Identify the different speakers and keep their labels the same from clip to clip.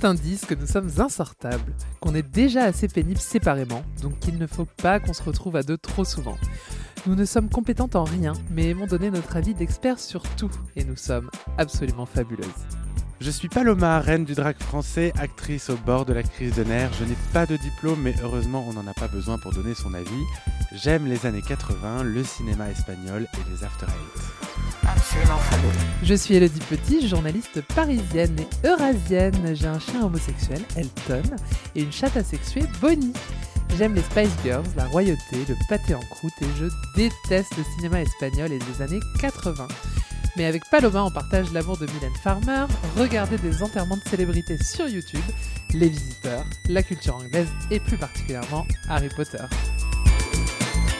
Speaker 1: tout indice que nous sommes insortables, qu'on est déjà assez pénibles séparément, donc qu'il ne faut pas qu'on se retrouve à deux trop souvent. Nous ne sommes compétentes en rien, mais aimons donner notre avis d'experts sur tout, et nous sommes absolument fabuleuses.
Speaker 2: Je suis Paloma, reine du drag français, actrice au bord de la crise de nerfs. Je n'ai pas de diplôme, mais heureusement, on n'en a pas besoin pour donner son avis. J'aime les années 80, le cinéma espagnol et les after eight.
Speaker 3: Absolument fabuleux.
Speaker 1: Je suis Elodie Petit, journaliste parisienne et eurasienne. J'ai un chien homosexuel, Elton, et une chatte asexuée, Bonnie. J'aime les Spice Girls, la royauté, le pâté en croûte et je déteste le cinéma espagnol et des années 80. Mais avec Paloma, on partage l'amour de Mylène Farmer, regarder des enterrements de célébrités sur YouTube, les visiteurs, la culture anglaise et plus particulièrement Harry Potter.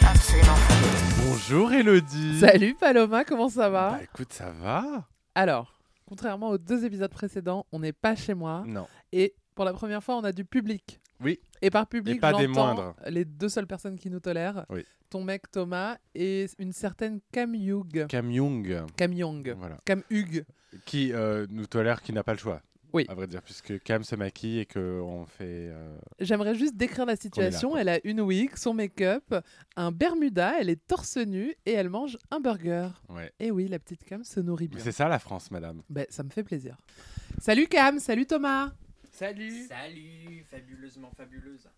Speaker 3: Absolument fabuleux.
Speaker 2: Bonjour Elodie
Speaker 1: Salut Paloma, comment ça va
Speaker 2: Bah écoute, ça va
Speaker 1: Alors, contrairement aux deux épisodes précédents, on n'est pas chez moi
Speaker 2: Non.
Speaker 1: et pour la première fois, on a du public.
Speaker 2: Oui.
Speaker 1: Et par public,
Speaker 2: Et pas des
Speaker 1: j'entends
Speaker 2: moindres.
Speaker 1: les deux seules personnes qui nous tolèrent,
Speaker 2: Oui.
Speaker 1: ton mec Thomas et une certaine Cam Young.
Speaker 2: Cam Young,
Speaker 1: Cam Young.
Speaker 2: voilà.
Speaker 1: Cam Hug.
Speaker 2: qui euh, nous tolère, qui n'a pas le choix.
Speaker 1: Oui.
Speaker 2: À vrai dire, puisque Cam se maquille et qu'on fait. euh,
Speaker 1: J'aimerais juste décrire la situation.
Speaker 2: quoi.
Speaker 1: elle a une wig, son make-up, un Bermuda, elle est torse nu et elle mange un burger.
Speaker 2: Ouais.
Speaker 1: Et oui, la petite Cam se nourrit
Speaker 2: Mais
Speaker 1: bien.
Speaker 2: c'est ça la France, madame.
Speaker 1: Ben, ça me fait plaisir. Salut Cam, salut Thomas.
Speaker 4: Salut Salut Fabuleusement fabuleuse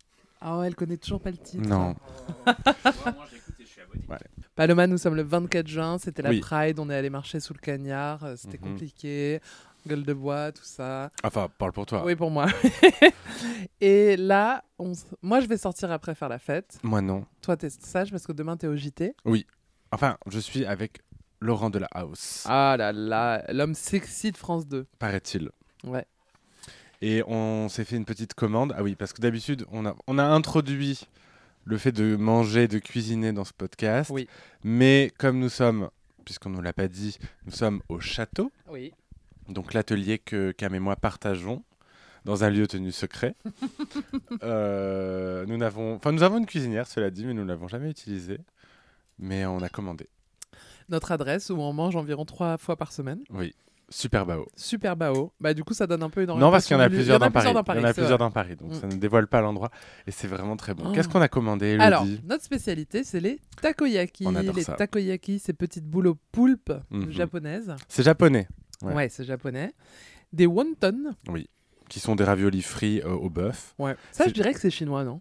Speaker 1: Ah ouais, elle connaît toujours pas le titre.
Speaker 2: Non.
Speaker 4: Moi j'écoute et je suis abonné.
Speaker 1: Paloma, nous sommes le 24 juin, c'était la
Speaker 2: Oui.
Speaker 1: Pride, on est allé marcher sous le cagnard, euh, c'était
Speaker 2: Mhm.
Speaker 1: compliqué, gueule de bois, tout ça.
Speaker 2: Enfin, parle pour toi.
Speaker 1: Oui, pour moi. Et là, on s- moi, je vais sortir après faire la fête.
Speaker 2: Moi, non.
Speaker 1: Toi, t'es sage parce que demain, t'es au JT.
Speaker 2: Enfin, je suis avec Laurent de la House,
Speaker 1: Ah là là, l'homme sexy de France 2.
Speaker 2: paraît-il.
Speaker 1: Ouais.
Speaker 2: Et on s'est fait une petite commande. Ah oui, parce que d'habitude, on a, on a introduit le fait de manger, de cuisiner dans ce podcast.
Speaker 1: Oui.
Speaker 2: Mais comme nous sommes, puisqu'on ne nous l'a pas dit, nous sommes au château,
Speaker 1: Oui.
Speaker 2: donc l'atelier que Cam et moi partageons, dans un lieu tenu secret. Euh, nous, n'avons, enfin, nous avons une cuisinière, cela dit, mais nous ne l'avons jamais utilisée. Mais on a commandé.
Speaker 1: Notre adresse où on mange environ trois fois par semaine.
Speaker 2: Super bao.
Speaker 1: Super bao. Bah, du coup, ça donne un peu une
Speaker 2: Non, parce qu'il y en a
Speaker 1: orientation du lieu.
Speaker 2: plusieurs dans Paris. Il y en a
Speaker 1: c'est
Speaker 2: plusieurs dans Paris, donc
Speaker 1: Mm.
Speaker 2: ça ne dévoile pas l'endroit. Et c'est vraiment très bon.
Speaker 1: Oh.
Speaker 2: Qu'est-ce qu'on a commandé, Elodie
Speaker 1: Alors, notre spécialité, c'est les takoyaki.
Speaker 2: On adore
Speaker 1: les
Speaker 2: ça.
Speaker 1: takoyaki, ces petites boules au poulpe
Speaker 2: Mhm.
Speaker 1: japonaises.
Speaker 2: C'est japonais, Ouais.
Speaker 1: Ouais, c'est japonais. Des wontons.
Speaker 2: qui sont des raviolis frits euh, au bœuf.
Speaker 1: Ouais. Ça,
Speaker 2: C'est-
Speaker 1: je dirais que c'est chinois, non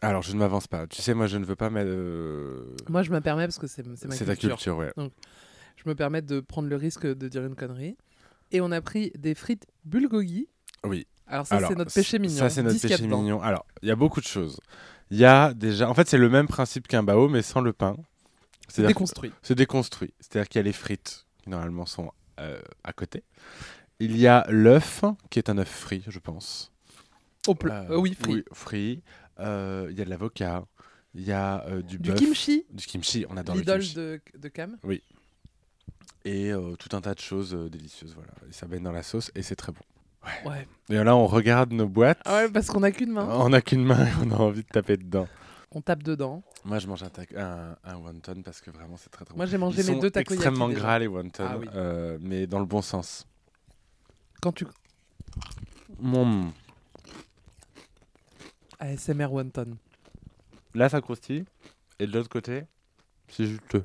Speaker 2: Alors, je ne m'avance pas. Tu sais, moi, je ne veux pas mettre. euh,
Speaker 1: Moi, je me permets parce que c'est c'est ma
Speaker 2: C'est
Speaker 1: culture.
Speaker 2: ta culture, ouais.
Speaker 1: Je me permets de prendre le risque de dire une connerie. Et on a pris des frites bulgogi.
Speaker 2: Oui.
Speaker 1: Alors ça,
Speaker 2: Alors,
Speaker 1: c'est notre péché mignon.
Speaker 2: Ça, c'est notre
Speaker 1: Dis ce qu'il y a
Speaker 2: péché
Speaker 1: dedans.
Speaker 2: mignon. Alors, il y a beaucoup de choses. Il y a déjà. En fait, c'est le même principe qu'un bao, mais sans le pain. C'est-à-dire que-
Speaker 1: Déconstruit.
Speaker 2: C'est déconstruit. C'est-à-dire qu'il y a les frites qui normalement sont euh, à côté. Il y a l'œuf qui est un œuf frit, je pense.
Speaker 1: Au plat.
Speaker 2: Euh,
Speaker 1: Euh, oui, frit.
Speaker 2: frit. Euh, Il y a de l'avocat. Il y a euh, du,
Speaker 1: Du
Speaker 2: bœuf.
Speaker 1: kimchi,
Speaker 2: Du kimchi, on adore le
Speaker 1: l'idole
Speaker 2: kimchi.
Speaker 1: de, de Cam.
Speaker 2: Et euh, tout un tas de choses euh, délicieuses. Voilà. Et ça baigne dans la sauce et c'est très bon.
Speaker 1: Ouais.
Speaker 2: Et là, on regarde nos boîtes.
Speaker 1: Ah ouais, parce qu'on a qu'une main.
Speaker 2: On n'a qu'une main et on a envie de taper dedans.
Speaker 1: On tape dedans.
Speaker 2: Moi, je mange un, ta- un, un wonton parce que vraiment, c'est très très bon.
Speaker 1: Moi, j'ai
Speaker 2: Ils
Speaker 1: mangé
Speaker 2: sont
Speaker 1: mes deux takoyaki.
Speaker 2: extrêmement
Speaker 1: déjà.
Speaker 2: gras, les wontons,
Speaker 1: Ah oui.
Speaker 2: euh, mais dans le bon sens.
Speaker 1: Quand tu
Speaker 2: Mmh.
Speaker 1: ASMR wonton.
Speaker 2: Là, ça croustille. Et de l'autre côté, c'est juteux.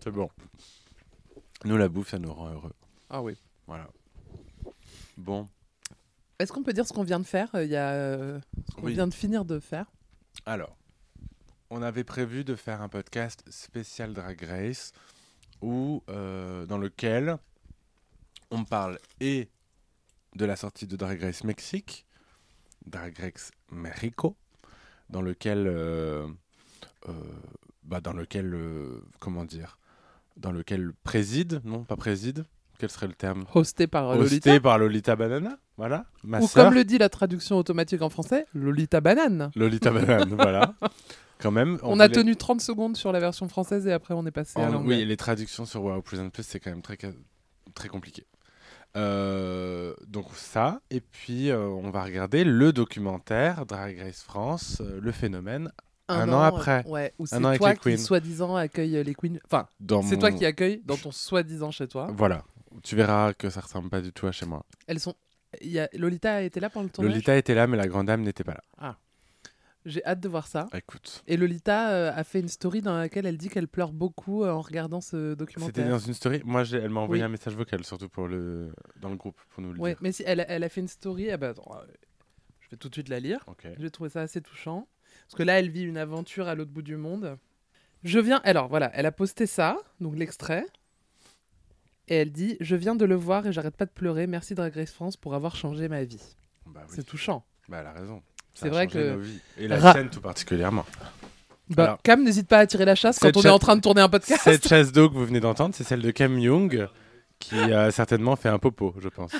Speaker 2: c'est bon. Nous, la bouffe, ça nous rend heureux.
Speaker 1: Ah oui.
Speaker 2: Voilà. Bon.
Speaker 1: Est-ce qu'on peut dire ce qu'on vient de faire Euh, Il y a euh, ce qu'on
Speaker 2: Oui.
Speaker 1: vient de finir de faire.
Speaker 2: Alors, on avait prévu de faire un podcast spécial Drag Race où, euh, dans lequel on parle et de la sortie de Drag Race Mexique, Drag Race Mexico, dans lequel, euh, euh, bah, dans lequel, euh, comment dire, dans lequel préside, non pas préside, quel serait le terme
Speaker 1: Hosté par euh, Lolita.
Speaker 2: Hosté par Lolita Banana, voilà, ma
Speaker 1: Ou
Speaker 2: sœur.
Speaker 1: comme le dit la traduction automatique en français, Lolita Banane.
Speaker 2: Lolita Banana, voilà. Quand même,
Speaker 1: On, a
Speaker 2: voulait-
Speaker 1: tenu 30 secondes sur la version française et après on est passé à
Speaker 2: En- oui,
Speaker 1: l'anglais.
Speaker 2: et les traductions sur Wow Plus Plus, c'est quand même très, ca- très compliqué. Euh, donc ça, et puis euh, on va regarder le documentaire Drag Race France, euh, le phénomène. un an après.
Speaker 1: euh, Ouais, où c'est
Speaker 2: an avec
Speaker 1: toi
Speaker 2: les
Speaker 1: qui
Speaker 2: queens.
Speaker 1: soi-disant accueille euh, les queens. Enfin,
Speaker 2: Dans
Speaker 1: c'est
Speaker 2: mon-
Speaker 1: toi qui accueille dans ton soi-disant chez toi.
Speaker 2: Voilà, Tu verras que ça ressemble pas du tout à chez moi.
Speaker 1: Elles sont. il y a- Lolita était là pendant le tournage.
Speaker 2: Lolita était là, mais la grande dame n'était pas là.
Speaker 1: J'ai hâte de voir ça.
Speaker 2: Écoute,
Speaker 1: Et Lolita euh, a fait une story dans laquelle elle dit qu'elle pleure beaucoup euh, en regardant ce
Speaker 2: c'était
Speaker 1: documentaire.
Speaker 2: dans une story. Moi, j'ai- elle m'a envoyé
Speaker 1: Oui.
Speaker 2: un message vocal, surtout pour le... dans le groupe, pour nous le
Speaker 1: Ouais,
Speaker 2: dire.
Speaker 1: mais si elle, elle a fait une story. Ah bah attends, euh, je vais tout de suite la lire.
Speaker 2: Ok.
Speaker 1: J'ai trouvé ça assez touchant. Parce que là, elle vit une aventure à l'autre bout du monde. Je viens. Alors voilà, elle a posté ça, donc l'extrait. Et elle dit Je viens de le voir et j'arrête pas de pleurer. Merci Drag Race France pour avoir changé ma vie.
Speaker 2: Bah oui.
Speaker 1: C'est touchant.
Speaker 2: Bah, elle a raison. Ça
Speaker 1: C'est
Speaker 2: a
Speaker 1: vrai
Speaker 2: changé
Speaker 1: que-
Speaker 2: nos vies. Et la
Speaker 1: Ra-
Speaker 2: tienne tout particulièrement.
Speaker 1: Bah,
Speaker 2: Alors-
Speaker 1: Cam, n'hésite pas à tirer la chasse quand
Speaker 2: Cette
Speaker 1: on est
Speaker 2: chasse-
Speaker 1: en train de tourner un podcast.
Speaker 2: Cette chasse d'eau que vous venez d'entendre, c'est celle de Cam Young, qui a certainement fait un popo, je pense.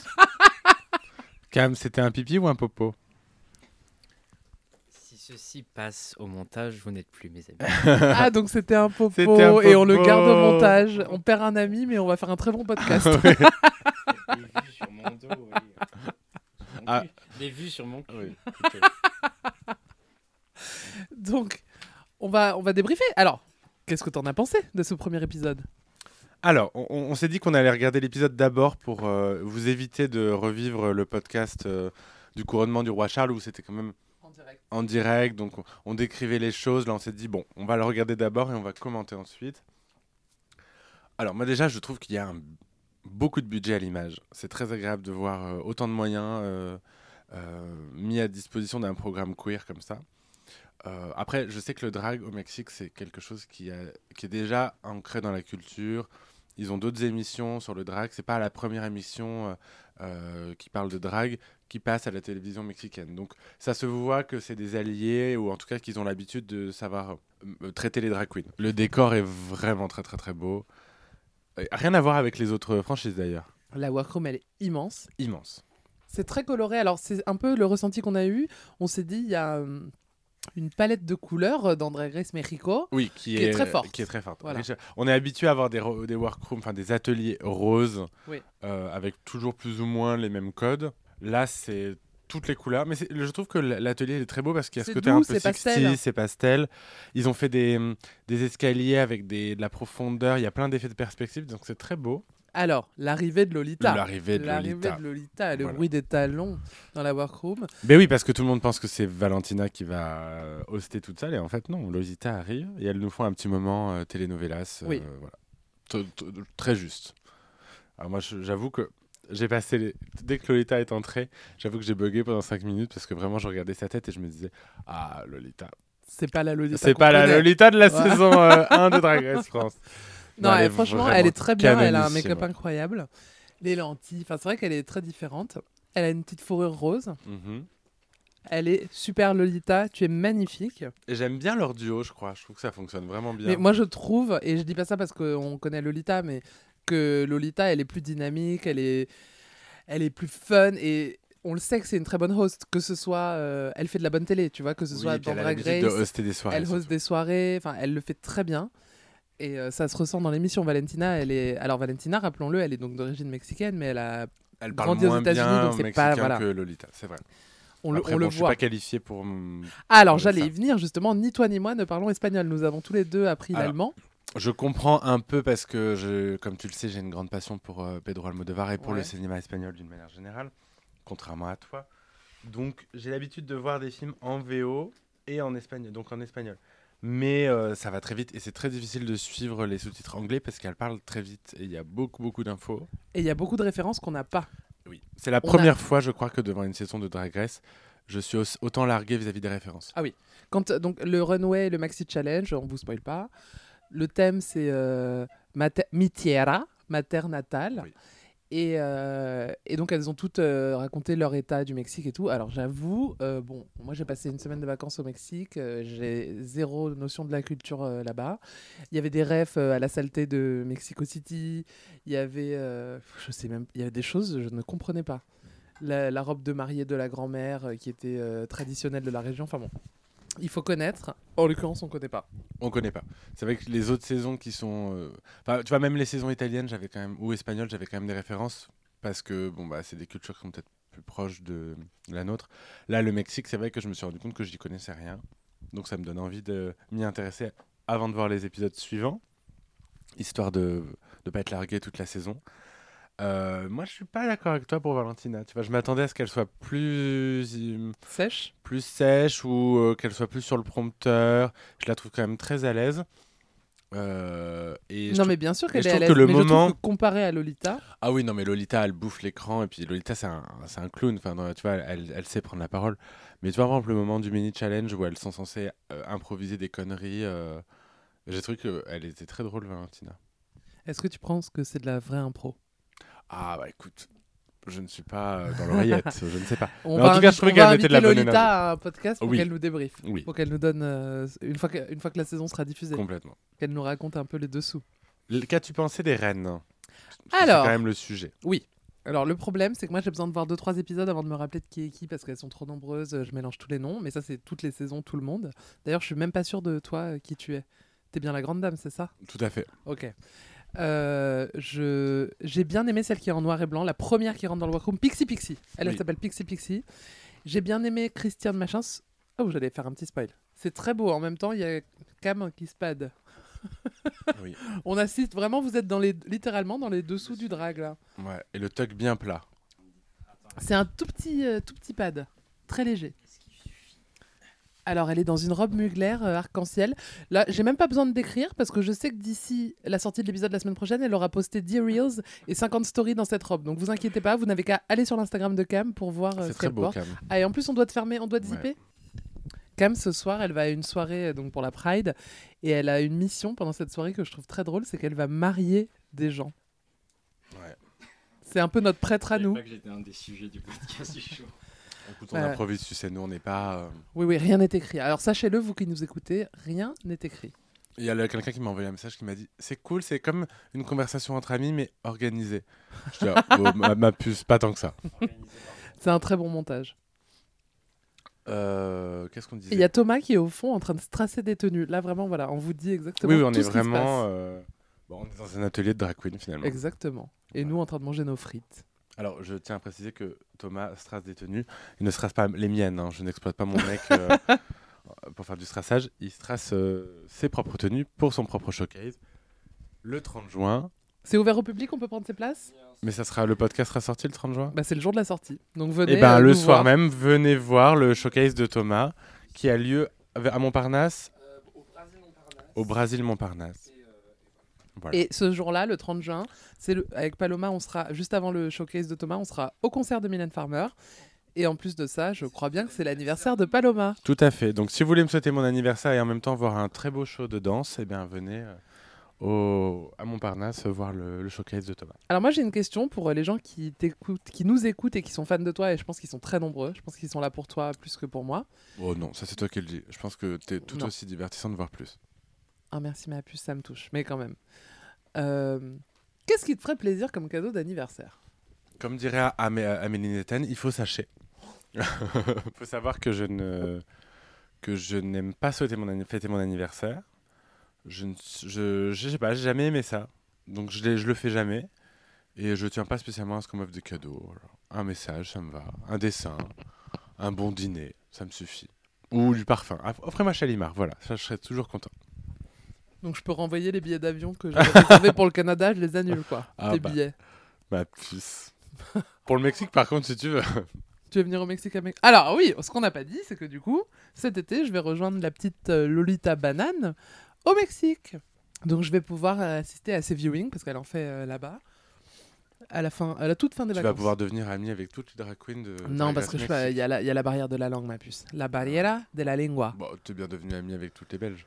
Speaker 2: Cam, c'était un pipi ou un popo
Speaker 3: Si ceci passe au montage, vous n'êtes plus mes amis.
Speaker 1: Ah, donc c'était un popo
Speaker 2: C'était un
Speaker 1: et on le
Speaker 2: popo.
Speaker 1: garde au montage. On perd un ami, mais on va faire un très bon podcast.
Speaker 3: Des vues sur mon dos, oui. Mon
Speaker 2: Ah.
Speaker 3: cul. Des vues sur mon cul.
Speaker 1: donc, on va, on va débriefer. Alors, qu'est-ce que t'en as pensé de ce premier épisode
Speaker 2: Alors, on, on- on s'est dit qu'on allait regarder l'épisode d'abord pour euh, vous éviter de revivre le podcast euh, du couronnement du roi Charles, où c'était quand même
Speaker 1: En direct.
Speaker 2: en direct, donc on- on décrivait les choses. Là, on s'est dit, bon, on va le regarder d'abord et on va commenter ensuite. Alors, moi, déjà, je trouve qu'il y a un- beaucoup de budget à l'image. C'est très agréable de voir euh, autant de moyens euh, euh, mis à disposition d'un programme queer comme ça. Euh, après, je sais que le drag au Mexique, c'est quelque chose qui, a- qui est déjà ancré dans la culture. Ils ont d'autres émissions sur le drag. C'est pas la première émission euh, euh, qui parle de drag qui passe à la télévision mexicaine. Donc, ça se voit que c'est des alliés ou en tout cas qu'ils ont l'habitude de savoir euh, traiter les drag queens. Le décor est vraiment très très très beau. Euh, Rien à voir avec les autres franchises d'ailleurs.
Speaker 1: La workroom, elle est immense.
Speaker 2: Immense.
Speaker 1: C'est très coloré. Alors, c'est un peu le ressenti qu'on a eu. On s'est dit, il y a euh, une palette de couleurs euh, dans Drag Race Mexico.
Speaker 2: Oui, qui,
Speaker 1: Qui est très forte.
Speaker 2: Qui est très forte.
Speaker 1: Voilà.
Speaker 2: Riche- On est habitué à avoir des, ro- des workrooms, enfin des ateliers roses,
Speaker 1: Oui.
Speaker 2: euh, avec toujours plus ou moins les mêmes codes. Là, c'est toutes les couleurs. Mais c'est- je trouve que l- l'atelier il est très beau parce qu'il y a ce
Speaker 1: C'est
Speaker 2: côté un
Speaker 1: doux,
Speaker 2: peu
Speaker 1: c'est
Speaker 2: 60
Speaker 1: pastel.
Speaker 2: c'est pastel. Ils ont fait des, des escaliers avec des, de la profondeur. Il y a plein d'effets de perspective, donc c'est très beau.
Speaker 1: Alors, l'arrivée de Lolita.
Speaker 2: L'arrivée de Lolita.
Speaker 1: de Lolita, le
Speaker 2: Voilà.
Speaker 1: bruit des talons dans la workroom.
Speaker 2: Mais Ben oui, parce que tout le monde pense que c'est Valentina qui va euh, hoster toute ça. Et en fait, non, Lolita arrive et elle nous font un petit moment euh, telenovelas. euh,
Speaker 1: Oui.
Speaker 2: voilà. T- t- Très juste. Alors moi, je- j'avoue que j'ai passé... les- Dès que Lolita est entrée, j'avoue que j'ai bugué pendant 5 minutes parce que vraiment, je regardais sa tête et je me disais « Ah, Lolita,
Speaker 1: C'est pas la Lolita.
Speaker 2: c'est
Speaker 1: qu'on
Speaker 2: pas la
Speaker 1: connaît.
Speaker 2: Lolita de la
Speaker 1: Ouais.
Speaker 2: saison euh, 1 de Drag Race France. »
Speaker 1: Non, elle- franchement, elle est très bien. Elle a un
Speaker 2: canonissime.
Speaker 1: make-up incroyable. Les lentilles. Enfin, c'est vrai qu'elle est très différente. Elle a une petite fourrure rose.
Speaker 2: Mhm.
Speaker 1: Elle est super Lolita. Tu es magnifique.
Speaker 2: Et J'aime bien leur duo, je crois. Je trouve que ça fonctionne vraiment bien.
Speaker 1: Mais moi, je trouve, et je dis pas ça parce qu'on connaît Lolita, mais que Lolita, elle est plus dynamique, elle est, elle est plus fun et. On le sait que c'est une très bonne host, que ce soit, euh, elle fait de la bonne télé, tu vois, que ce
Speaker 2: Oui,
Speaker 1: soit
Speaker 2: puis
Speaker 1: dans
Speaker 2: elle a
Speaker 1: Drag
Speaker 2: l'habitude de
Speaker 1: Race,
Speaker 2: hoster des soirées.
Speaker 1: elle
Speaker 2: surtout.
Speaker 1: host des soirées, enfin, elle le fait très bien. Et euh, ça se ressent dans l'émission. Valentina, elle est, alors Valentina, rappelons-le, elle est donc d'origine mexicaine, mais elle a
Speaker 2: elle parle
Speaker 1: grandit aux
Speaker 2: moins
Speaker 1: États-Unis,
Speaker 2: bien
Speaker 1: donc c'est
Speaker 2: mexicain
Speaker 1: pas- voilà.
Speaker 2: que Lolita, c'est vrai.
Speaker 1: On le,
Speaker 2: Après,
Speaker 1: on
Speaker 2: bon,
Speaker 1: le
Speaker 2: je suis
Speaker 1: voit.
Speaker 2: pas qualifié pour. mm,
Speaker 1: Ah, alors
Speaker 2: avec
Speaker 1: j'allais
Speaker 2: ça.
Speaker 1: y venir justement, ni toi ni moi ne parlons espagnol. Nous avons tous les deux appris
Speaker 2: Alors,
Speaker 1: l'allemand.
Speaker 2: Je comprends un peu parce que, je, comme tu le sais, j'ai une grande passion pour euh, Pedro Almodovar et pour le
Speaker 1: Ouais.
Speaker 2: cinéma espagnol d'une manière générale, contrairement à toi. Donc j'ai l'habitude de voir des films en VO et en espagnol, donc en espagnol. Mais euh, ça va très vite et c'est très difficile de suivre les sous-titres anglais parce qu'elle parle très vite et il y a beaucoup beaucoup d'infos.
Speaker 1: Et il y a beaucoup de références qu'on n'a pas.
Speaker 2: Oui. C'est la
Speaker 1: On a-
Speaker 2: première fois, je crois, que devant une saison de Drag Race, je suis au- autant largué vis-à-vis des références.
Speaker 1: Quand euh, donc le runway, le maxi challenge, on vous spoil pas. Le thème c'est euh, mater- mi tierra, ma terre natale.
Speaker 2: Oui.
Speaker 1: Et, euh, et donc elles ont toutes euh, raconté leur état du Mexique et tout. Alors j'avoue, euh, bon, moi j'ai passé une semaine de vacances au Mexique, euh, j'ai zéro notion de la culture euh, là-bas. Il y avait des refs euh, à la saleté de Mexico City. Il y avait, euh, je sais même, il y avait des choses que je ne comprenais pas. La, la robe de mariée de la grand-mère euh, qui était euh, traditionnelle de la région. Enfin bon, il faut connaître. En l'occurrence, on connaît pas.
Speaker 2: On connaît pas. C'est vrai que les autres saisons qui sont. euh, Enfin, tu vois, même les saisons italiennes, j'avais quand même. Ou espagnoles, j'avais quand même des références. Parce que, bon, bah, c'est des cultures qui sont peut-être plus proches de la nôtre. Là, le Mexique, c'est vrai que je me suis rendu compte que je n'y connaissais rien. Donc, ça me donne envie de m'y intéresser avant de voir les épisodes suivants. Histoire de ne pas être largué toute la saison. Euh, moi, je suis pas d'accord avec toi pour Valentina. Tu vois, je m'attendais à ce qu'elle soit plus im-
Speaker 1: Sèche
Speaker 2: plus sèche ou euh, qu'elle soit plus sur le prompteur. Je la trouve quand même très à l'aise. Euh, et je
Speaker 1: Non,
Speaker 2: trouve-
Speaker 1: mais bien sûr qu'elle
Speaker 2: je
Speaker 1: est à
Speaker 2: trouve
Speaker 1: l'aise.
Speaker 2: que le
Speaker 1: mais je trouve
Speaker 2: moment-
Speaker 1: que comparé à Lolita,
Speaker 2: Ah oui, non, mais Lolita, elle bouffe l'écran et puis Lolita, c'est un, c'est un clown. Enfin, dans- tu vois, elle, elle sait prendre la parole. Mais tu vois, par exemple, le moment du mini challenge où elles sont censées euh, improviser des conneries, euh, j'ai trouvé qu'elle était très drôle, Valentina.
Speaker 1: est-ce que tu penses que c'est de la vraie impro
Speaker 2: Ah bah écoute, je ne suis pas euh, dans l'oreillette, je ne sais pas.
Speaker 1: On
Speaker 2: Mais en tout cas,
Speaker 1: inviter-
Speaker 2: je trouvais
Speaker 1: on
Speaker 2: qu'elle
Speaker 1: va
Speaker 2: mettait de la
Speaker 1: inviter
Speaker 2: bonne
Speaker 1: Lolita
Speaker 2: énergie.
Speaker 1: à un podcast pour
Speaker 2: Oui.
Speaker 1: qu'elle nous débriefe.
Speaker 2: Oui,
Speaker 1: Pour qu'elle nous donne, euh, une, fois que, une fois que la saison sera diffusée,
Speaker 2: complètement.
Speaker 1: qu'elle nous raconte un peu les dessous.
Speaker 2: L- Qu'as-tu pensé des reines Parce que
Speaker 1: Alors.
Speaker 2: C'est quand même le sujet.
Speaker 1: Alors, le problème, c'est que moi, j'ai besoin de voir deux, trois épisodes avant de me rappeler de qui est qui parce qu'elles sont trop nombreuses. euh, Je mélange tous les noms, mais ça, c'est toutes les saisons, tout le monde. D'ailleurs, je suis même pas sûre de toi euh, qui tu es. T'es bien la grande dame, c'est ça
Speaker 2: Tout à fait.
Speaker 1: Ok. Euh, je- J'ai bien aimé celle qui est en noir et blanc, la première qui rentre dans le workroom, Pixie Pixie. Elle, elle
Speaker 2: Oui.
Speaker 1: s'appelle Pixie Pixie. J'ai bien aimé Christiane Machin. Oh, j'allais faire un petit spoil. C'est très beau. En même temps, il y a Cam qui se pad.
Speaker 2: Oui.
Speaker 1: On assiste vraiment, vous êtes dans les, littéralement dans les dessous du drag là.
Speaker 2: Ouais. Et le tuck bien plat.
Speaker 1: C'est un tout petit, euh, tout petit pad, très léger. Alors, elle est dans une robe muglaire euh, arc-en-ciel. Là, j'ai même pas besoin de décrire parce que je sais que d'ici la sortie de l'épisode la semaine prochaine, elle aura posté 10 reels et 50 stories dans cette robe. Donc, vous inquiétez pas, vous n'avez qu'à aller sur l'Instagram de Cam pour voir euh, ce
Speaker 2: C'est
Speaker 1: qu'elle
Speaker 2: très beau,
Speaker 1: porte.
Speaker 2: quand même.
Speaker 1: Ah, et en plus, on doit te fermer, on doit te
Speaker 2: Ouais.
Speaker 1: zipper. Cam, ce soir, elle va à une soirée euh, donc pour la Pride et elle a une mission pendant cette soirée que je trouve très drôle c'est qu'elle va marier des gens.
Speaker 2: Ouais.
Speaker 1: C'est un peu notre prêtre à
Speaker 3: savais
Speaker 1: nous.
Speaker 3: pas que j'étais un des sujets du podcast du jour.
Speaker 2: Écoute, on
Speaker 1: Bah,
Speaker 2: improvise, tu sais, nous, on n'est pas... euh,
Speaker 1: Oui, oui, rien n'est écrit. Alors sachez-le, vous qui nous écoutez, rien n'est écrit.
Speaker 2: Il y a le- quelqu'un qui m'a envoyé un message qui m'a dit C'est cool, c'est comme une conversation entre amis, mais organisée. Je dis ah, bon, ma, ma puce, pas tant que ça.
Speaker 3: Organisé par-
Speaker 1: C'est un très bon montage.
Speaker 2: Euh, Qu'est-ce qu'on
Speaker 1: Et
Speaker 2: disait
Speaker 1: il y a Thomas qui est au fond en train de se tracer des tenues. Là, vraiment, voilà, on vous dit exactement.
Speaker 2: Oui, oui, on
Speaker 1: tout
Speaker 2: est
Speaker 1: ce qui se
Speaker 2: vraiment.
Speaker 1: passe.
Speaker 2: euh, bon, on est dans un atelier de drag queen finalement.
Speaker 1: Exactement. Et nous en train de manger nos frites.
Speaker 2: Alors, je tiens à préciser que Thomas strasse des tenues. Il ne strasse pas les miennes. hein. Je n'exploite pas mon mec euh, pour faire du strassage. Il strasse euh, ses propres tenues pour son propre showcase le 30 juin.
Speaker 1: C'est ouvert au public, on peut prendre ses places
Speaker 2: Mais ça sera le podcast sera sorti le 30 juin
Speaker 1: bah, C'est le jour de la sortie. Donc venez.
Speaker 2: Et ben
Speaker 1: euh,
Speaker 2: le
Speaker 1: nous
Speaker 2: soir
Speaker 1: voir.
Speaker 2: même, venez voir le showcase de Thomas qui a lieu à Montparnasse,
Speaker 4: Euh, au Brésil, Montparnasse. euh,
Speaker 2: au Brésil Montparnasse. Voilà.
Speaker 1: Et ce jour-là, le 30 juin, c'est le... avec Paloma, on sera juste avant le showcase de Thomas, on sera au concert de Mylène Farmer. Et en plus de ça, je crois bien que c'est l'anniversaire de Paloma.
Speaker 2: Tout à fait. Donc si vous voulez me souhaiter mon anniversaire et en même temps voir un très beau show de danse, eh bien venez euh, au, à Montparnasse voir le, le showcase de Thomas.
Speaker 1: Alors moi j'ai une question pour euh, les gens qui t'écoutent, qui nous écoutent et qui sont fans de toi et je pense qu'ils sont très nombreux. Je pense qu'ils sont là pour toi plus que pour moi.
Speaker 2: Oh non, ça c'est toi qui le dis. Je pense que tu es tout
Speaker 1: Non.
Speaker 2: aussi divertissant de voir plus.
Speaker 1: Ah merci ma puce, ça me touche, mais quand même. Euh, Qu'est-ce qui te ferait plaisir comme cadeau d'anniversaire
Speaker 2: Comme dirait Amé- Amélie Netten, il faut sachez. Il faut savoir que je ne que je n'aime pas souhaiter mon anni- fêter mon anniversaire. Je ne je, je sais pas, j'ai jamais aimé ça. Donc je l'ai- je le fais jamais et je tiens pas spécialement à ce qu'on m'offre des cadeaux. Voilà. Un message, ça me va. Un dessin, un bon dîner, ça me suffit. Ou du parfum. Ah, Offrez-moi Chalimar, voilà, ça je serais toujours content.
Speaker 1: Donc je peux renvoyer les billets d'avion que j'avais réservés pour le Canada, je les annule quoi.
Speaker 2: Ah,
Speaker 1: tes
Speaker 2: bah.
Speaker 1: billets.
Speaker 2: Ma puce. Pour le Mexique par contre, si tu veux.
Speaker 1: Tu veux venir au Mexique avec Alors oui, ce qu'on n'a pas dit, c'est que du coup, cet été, je vais rejoindre la petite euh, Lolita Banane au Mexique. Donc je vais pouvoir euh, assister à ses viewings parce qu'elle en fait euh, là-bas. À la fin, à la toute fin des
Speaker 2: tu vas
Speaker 1: vacances.
Speaker 2: pouvoir devenir ami avec toutes les drag queens de
Speaker 1: Non,
Speaker 2: de la
Speaker 1: parce que
Speaker 2: Grèce
Speaker 1: je il y, a la- y a la barrière de la langue, ma puce.
Speaker 2: Ah.
Speaker 1: La barrière de la lengua.
Speaker 2: Bon, Bah, t'es bien devenu ami avec toutes les Belges.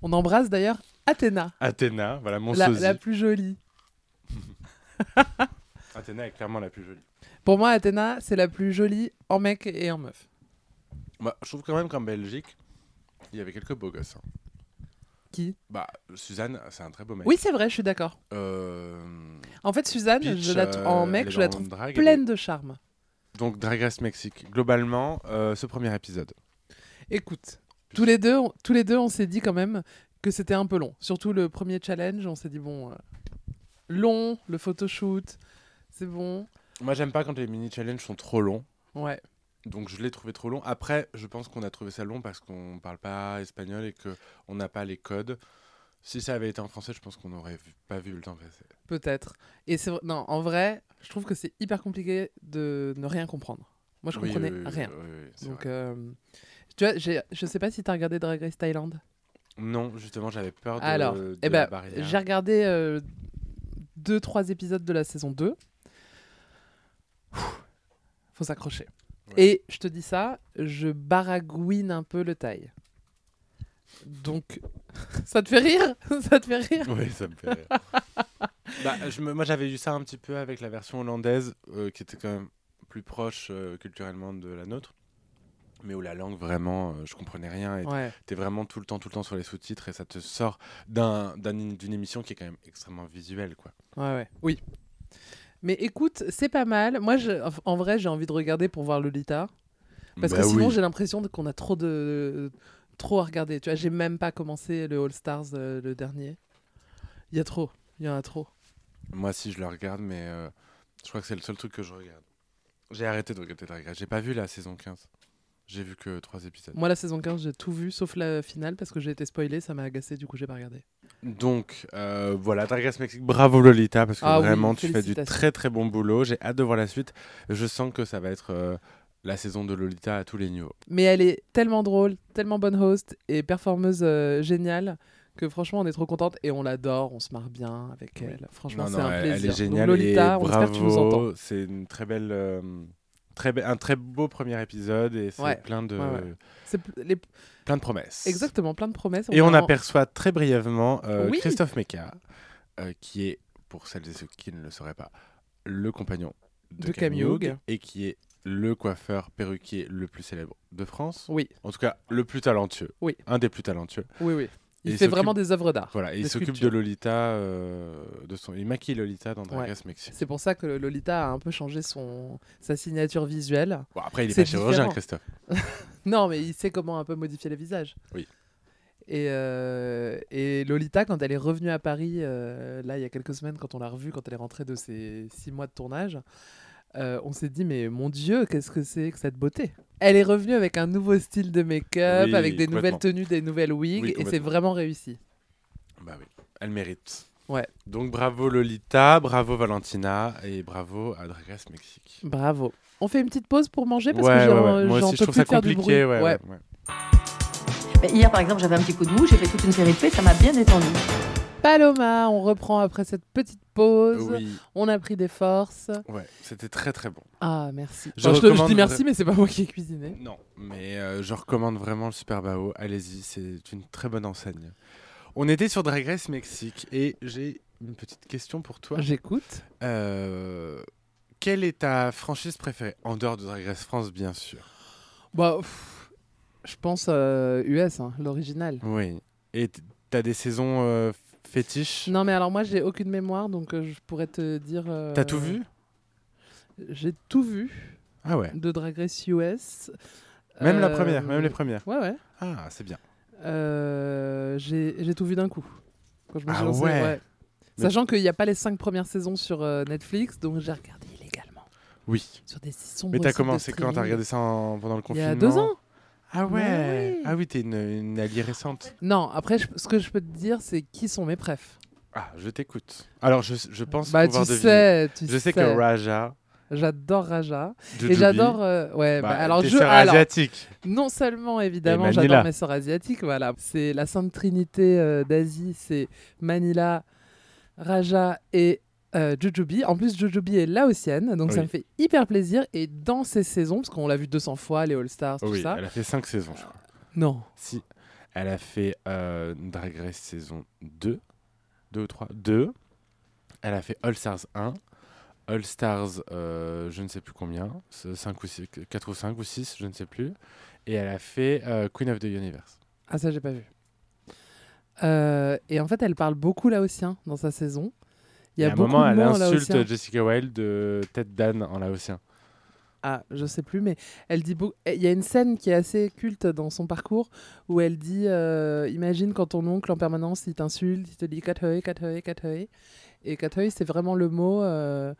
Speaker 1: On embrasse d'ailleurs Athéna,
Speaker 2: Athéna, voilà mon
Speaker 1: la,
Speaker 2: sosie.
Speaker 1: la plus jolie.
Speaker 2: Athéna est clairement la plus jolie.
Speaker 1: Pour moi, Athéna, c'est la plus jolie en mec et en meuf.
Speaker 2: Bah, je trouve quand même qu'en Belgique, il y avait quelques beaux gosses. hein.
Speaker 1: Qui
Speaker 2: Bah, Suzanne, c'est un très beau mec.
Speaker 1: Oui, c'est vrai, je suis d'accord.
Speaker 2: Euh,
Speaker 1: En fait, Suzanne, je
Speaker 2: Peach,
Speaker 1: la trou- en
Speaker 2: euh,
Speaker 1: mec,
Speaker 2: elle est
Speaker 1: je la
Speaker 2: dans
Speaker 1: trouve
Speaker 2: Drag, elle est-
Speaker 1: pleine de charme.
Speaker 2: Donc, Drag Race Mexique. Globalement, euh, ce premier épisode.
Speaker 1: Écoute, tous les deux, on- tous les deux, on s'est dit quand même que c'était un peu long. Surtout le premier challenge, on s'est dit bon, euh, long, le photoshoot, c'est bon.
Speaker 2: Moi, j'aime pas quand les mini-challenges sont trop longs.
Speaker 1: Ouais.
Speaker 2: Donc, je l'ai trouvé trop long. Après, je pense qu'on a trouvé ça long parce qu'on parle pas espagnol et qu'on n'a pas les codes. Si ça avait été en français, je pense qu'on n'aurait vu- pas vu le temps passer.
Speaker 1: Peut-être. Et c'est vrai- non, en vrai, je trouve que c'est hyper compliqué de ne rien comprendre. Moi, je
Speaker 2: Oui,
Speaker 1: comprenais
Speaker 2: oui, oui,
Speaker 1: rien.
Speaker 2: oui, oui, c'est
Speaker 1: Donc,
Speaker 2: vrai.
Speaker 1: euh, tu vois, j'ai- je sais pas si t'as regardé Drag Race Thaïlande.
Speaker 2: Non, justement, j'avais peur de,
Speaker 1: Alors,
Speaker 2: de
Speaker 1: eh
Speaker 2: la
Speaker 1: ben,
Speaker 2: barrière.
Speaker 1: j'ai regardé euh, deux, trois épisodes de la saison 2. Ouh, Faut s'accrocher.
Speaker 2: Ouais.
Speaker 1: Et je te dis ça, je baragouine un peu le taille. Donc, ça te fait rire Ça te fait rire
Speaker 2: Oui, ça me fait rire. bah, je me- moi, j'avais eu ça un petit peu avec la version hollandaise, euh, qui était quand même plus proche euh, culturellement de la nôtre, mais où la langue, vraiment, euh, je comprenais rien. Et
Speaker 1: Ouais.
Speaker 2: t'es vraiment tout le temps, tout le temps sur les sous-titres, et ça te sort d'un- d'un- d'une émission qui est quand même extrêmement visuelle, quoi.
Speaker 1: Ouais, ouais. Oui. Mais écoute, c'est pas mal. Moi, je- en- en vrai, j'ai envie de regarder pour voir Lolita. Parce
Speaker 2: Bah
Speaker 1: que sinon,
Speaker 2: oui.
Speaker 1: j'ai l'impression de- qu'on a trop de trop à regarder. Tu vois, j'ai même pas commencé le All Stars euh, le dernier. Il y a trop. Il y en a trop.
Speaker 2: Moi, si, je le regarde, mais euh, je crois que c'est le seul truc que je regarde. J'ai arrêté de regarder Drag Race. J'ai pas vu la saison 15. J'ai vu que trois épisodes.
Speaker 1: Moi, la saison 15, j'ai tout vu, sauf la finale, parce que j'ai été spoilé, ça m'a agacé, du coup, j'ai pas regardé.
Speaker 2: Donc euh, voilà, Drag Race Mexique, bravo Lolita, parce que
Speaker 1: Ah oui,
Speaker 2: vraiment tu fais du
Speaker 1: félicitations.
Speaker 2: très très bon boulot. J'ai hâte de voir la suite. Je sens que ça va être euh, la saison de Lolita à tous les niveaux.
Speaker 1: Mais elle est tellement drôle, tellement bonne host et performeuse euh, géniale que franchement, on est trop contente et on l'adore, on se marre bien avec elle. Franchement,
Speaker 2: Non,
Speaker 1: c'est
Speaker 2: non,
Speaker 1: un
Speaker 2: elle,
Speaker 1: plaisir.
Speaker 2: elle est
Speaker 1: Donc,
Speaker 2: géniale.
Speaker 1: Lolita,
Speaker 2: et
Speaker 1: on espère que tu nous entends.
Speaker 2: bravo, c'est une très belle. euh, Très be- un très beau premier épisode et c'est
Speaker 1: Ouais,
Speaker 2: plein, de,
Speaker 1: ouais, ouais. C'est pl- les-
Speaker 2: plein de promesses.
Speaker 1: Exactement, plein de promesses.
Speaker 2: Et on
Speaker 1: vraiment-
Speaker 2: aperçoit très brièvement euh,
Speaker 1: Oui.
Speaker 2: Christophe Meka, euh, qui est, pour celles et ceux qui ne le sauraient pas, le compagnon de,
Speaker 1: De Cam
Speaker 2: Cam
Speaker 1: Young.
Speaker 2: Young et qui est le coiffeur perruquier le plus célèbre de France.
Speaker 1: Oui,
Speaker 2: En tout cas, le plus talentueux.
Speaker 1: Oui.
Speaker 2: Un des plus talentueux.
Speaker 1: oui, oui. Il
Speaker 2: Et
Speaker 1: fait
Speaker 2: s'occupe-
Speaker 1: vraiment des œuvres d'art.
Speaker 2: Voilà, et
Speaker 1: Des
Speaker 2: il s'occupe de
Speaker 1: sculptures.
Speaker 2: Lolita, euh, de son... il maquille Lolita dans Drag
Speaker 1: Ouais.
Speaker 2: Race Mexique.
Speaker 1: C'est pour ça que Lolita a un peu changé son... sa signature visuelle.
Speaker 2: Bon, après, il est,
Speaker 1: C'est
Speaker 2: pas chirurgien,
Speaker 1: différent.
Speaker 2: Christophe.
Speaker 1: Non, mais il sait comment un peu modifier le visage.
Speaker 2: Oui.
Speaker 1: Et, euh, et Lolita, quand elle est revenue à Paris, euh, là, il y a quelques semaines, quand on l'a revue, quand elle est rentrée de ses six mois de tournage, euh, on s'est dit, mais mon Dieu, qu'est-ce que c'est que cette beauté Elle est revenue avec un nouveau style de make-up,
Speaker 2: Oui,
Speaker 1: avec des nouvelles
Speaker 2: complètement.
Speaker 1: tenues, des nouvelles wigs,
Speaker 2: Oui,
Speaker 1: et c'est
Speaker 2: complètement.
Speaker 1: vraiment réussi.
Speaker 2: Bah oui, elle mérite.
Speaker 1: Ouais.
Speaker 2: Donc bravo Lolita, bravo Valentina et bravo à Drag Race Mexique.
Speaker 1: Bravo. On fait une petite pause pour manger parce que
Speaker 2: Ouais,
Speaker 1: j'ai
Speaker 2: ouais, ouais.
Speaker 1: en-
Speaker 2: Moi
Speaker 1: j'en
Speaker 2: aussi, je
Speaker 1: peux
Speaker 2: trouve
Speaker 1: plus
Speaker 2: ça
Speaker 1: de faire du
Speaker 2: compliqué.
Speaker 1: bruit.
Speaker 2: ouais,
Speaker 1: Ouais.
Speaker 2: ouais, ouais.
Speaker 5: Mais Bah, Hier, par exemple, j'avais un petit coup de mou, j'ai fait toute une série de faits, ça m'a bien détendu.
Speaker 1: Paloma, on reprend après cette petite pause.
Speaker 2: Oui.
Speaker 1: On a pris des forces.
Speaker 2: Ouais, c'était très très bon.
Speaker 1: Ah, merci.
Speaker 2: Je
Speaker 1: Enfin, Je, te- je
Speaker 2: recommande-
Speaker 1: dis merci, mais c'est pas moi qui ai cuisiné.
Speaker 2: Non, mais euh, je recommande vraiment le Super Bao. Allez-y, c'est une très bonne enseigne. On était sur Drag Race Mexique et j'ai une petite question pour toi.
Speaker 1: J'écoute.
Speaker 2: Euh, quelle est ta franchise préférée En dehors de Drag Race France, bien sûr.
Speaker 1: Bah, pff, je pense euh, US, hein, l'original.
Speaker 2: Oui. Et t- t'as des saisons euh, fétiches
Speaker 1: Non, mais alors moi, j'ai aucune mémoire, donc euh, je pourrais te dire. euh,
Speaker 2: T'as tout vu
Speaker 1: J'ai tout vu
Speaker 2: Ah ouais.
Speaker 1: de Drag Race US.
Speaker 2: Même la
Speaker 1: Euh,
Speaker 2: première, même les premières.
Speaker 1: Ouais, ouais.
Speaker 2: Ah, c'est bien.
Speaker 1: Euh, j'ai j'ai tout vu d'un coup. Quand je me suis
Speaker 2: Ah
Speaker 1: lancée,
Speaker 2: ouais. Mais-
Speaker 1: Sachant qu'il n'y a pas les cinq premières saisons sur euh, Netflix, donc j'ai regardé illégalement.
Speaker 2: Oui.
Speaker 1: Sur des sombres
Speaker 2: Mais t'as
Speaker 1: sites de
Speaker 2: commencé quand T'as
Speaker 1: streaming.
Speaker 2: regardé ça en- pendant le
Speaker 1: Il y
Speaker 2: confinement
Speaker 1: a deux ans
Speaker 2: Ah
Speaker 1: Mais
Speaker 2: ouais
Speaker 1: oui.
Speaker 2: Ah oui, t'es une, une alliée récente.
Speaker 1: Non, après, je- ce que je peux te dire, c'est qui sont mes préfs.
Speaker 2: Ah, je t'écoute. Alors, je, je pense
Speaker 1: Bah, tu
Speaker 2: pouvoir deviner.
Speaker 1: sais, tu
Speaker 2: Je sais que
Speaker 1: sais.
Speaker 2: Raja,
Speaker 1: J'adore Raja.
Speaker 2: Jujubi,
Speaker 1: et j'adore. euh, ouais, bah,
Speaker 2: bah,
Speaker 1: alors,
Speaker 2: tes
Speaker 1: je,
Speaker 2: sœurs
Speaker 1: alors,
Speaker 2: asiatiques.
Speaker 1: non seulement, évidemment,
Speaker 2: Et
Speaker 1: j'adore
Speaker 2: Manila.
Speaker 1: mes sœurs asiatiques, voilà. C'est la Sainte Trinité euh, d'Asie, c'est Manila, Raja et euh, Jujubee. En plus, Jujubee est laotienne, donc ça
Speaker 2: Oui.
Speaker 1: me fait hyper plaisir. Et dans ces saisons, parce qu'on l'a vu 200 fois, les All-Stars, tout
Speaker 2: Oui,
Speaker 1: ça.
Speaker 2: elle a fait 5 saisons, je crois.
Speaker 1: Non.
Speaker 2: Si. Elle a fait euh, Drag Race saison 2. 2 ou 3 2. Elle a fait All Stars 1. All Stars, euh, je ne sais plus combien. 5 ou 6, 4 ou 5 ou 6, je ne sais plus. Et elle a fait euh, Queen of the Universe.
Speaker 1: Ah, ça, j'ai pas vu. Euh, et en fait, elle parle beaucoup laotien dans sa saison. Il y a,
Speaker 2: Et à un
Speaker 1: beaucoup
Speaker 2: moment,
Speaker 1: de
Speaker 2: elle
Speaker 1: mots en
Speaker 2: insulte
Speaker 1: laotien.
Speaker 2: Jessica Wilde de tête d'âne en laotien.
Speaker 1: Ah, je sais plus, mais elle dit beaucoup. Il y a une scène qui est assez culte dans son parcours où elle dit euh, Imagine quand ton oncle en permanence il t'insulte, il te dit Katoy, Katoy, Katoy. Et Katoy, c'est vraiment le mot. euh,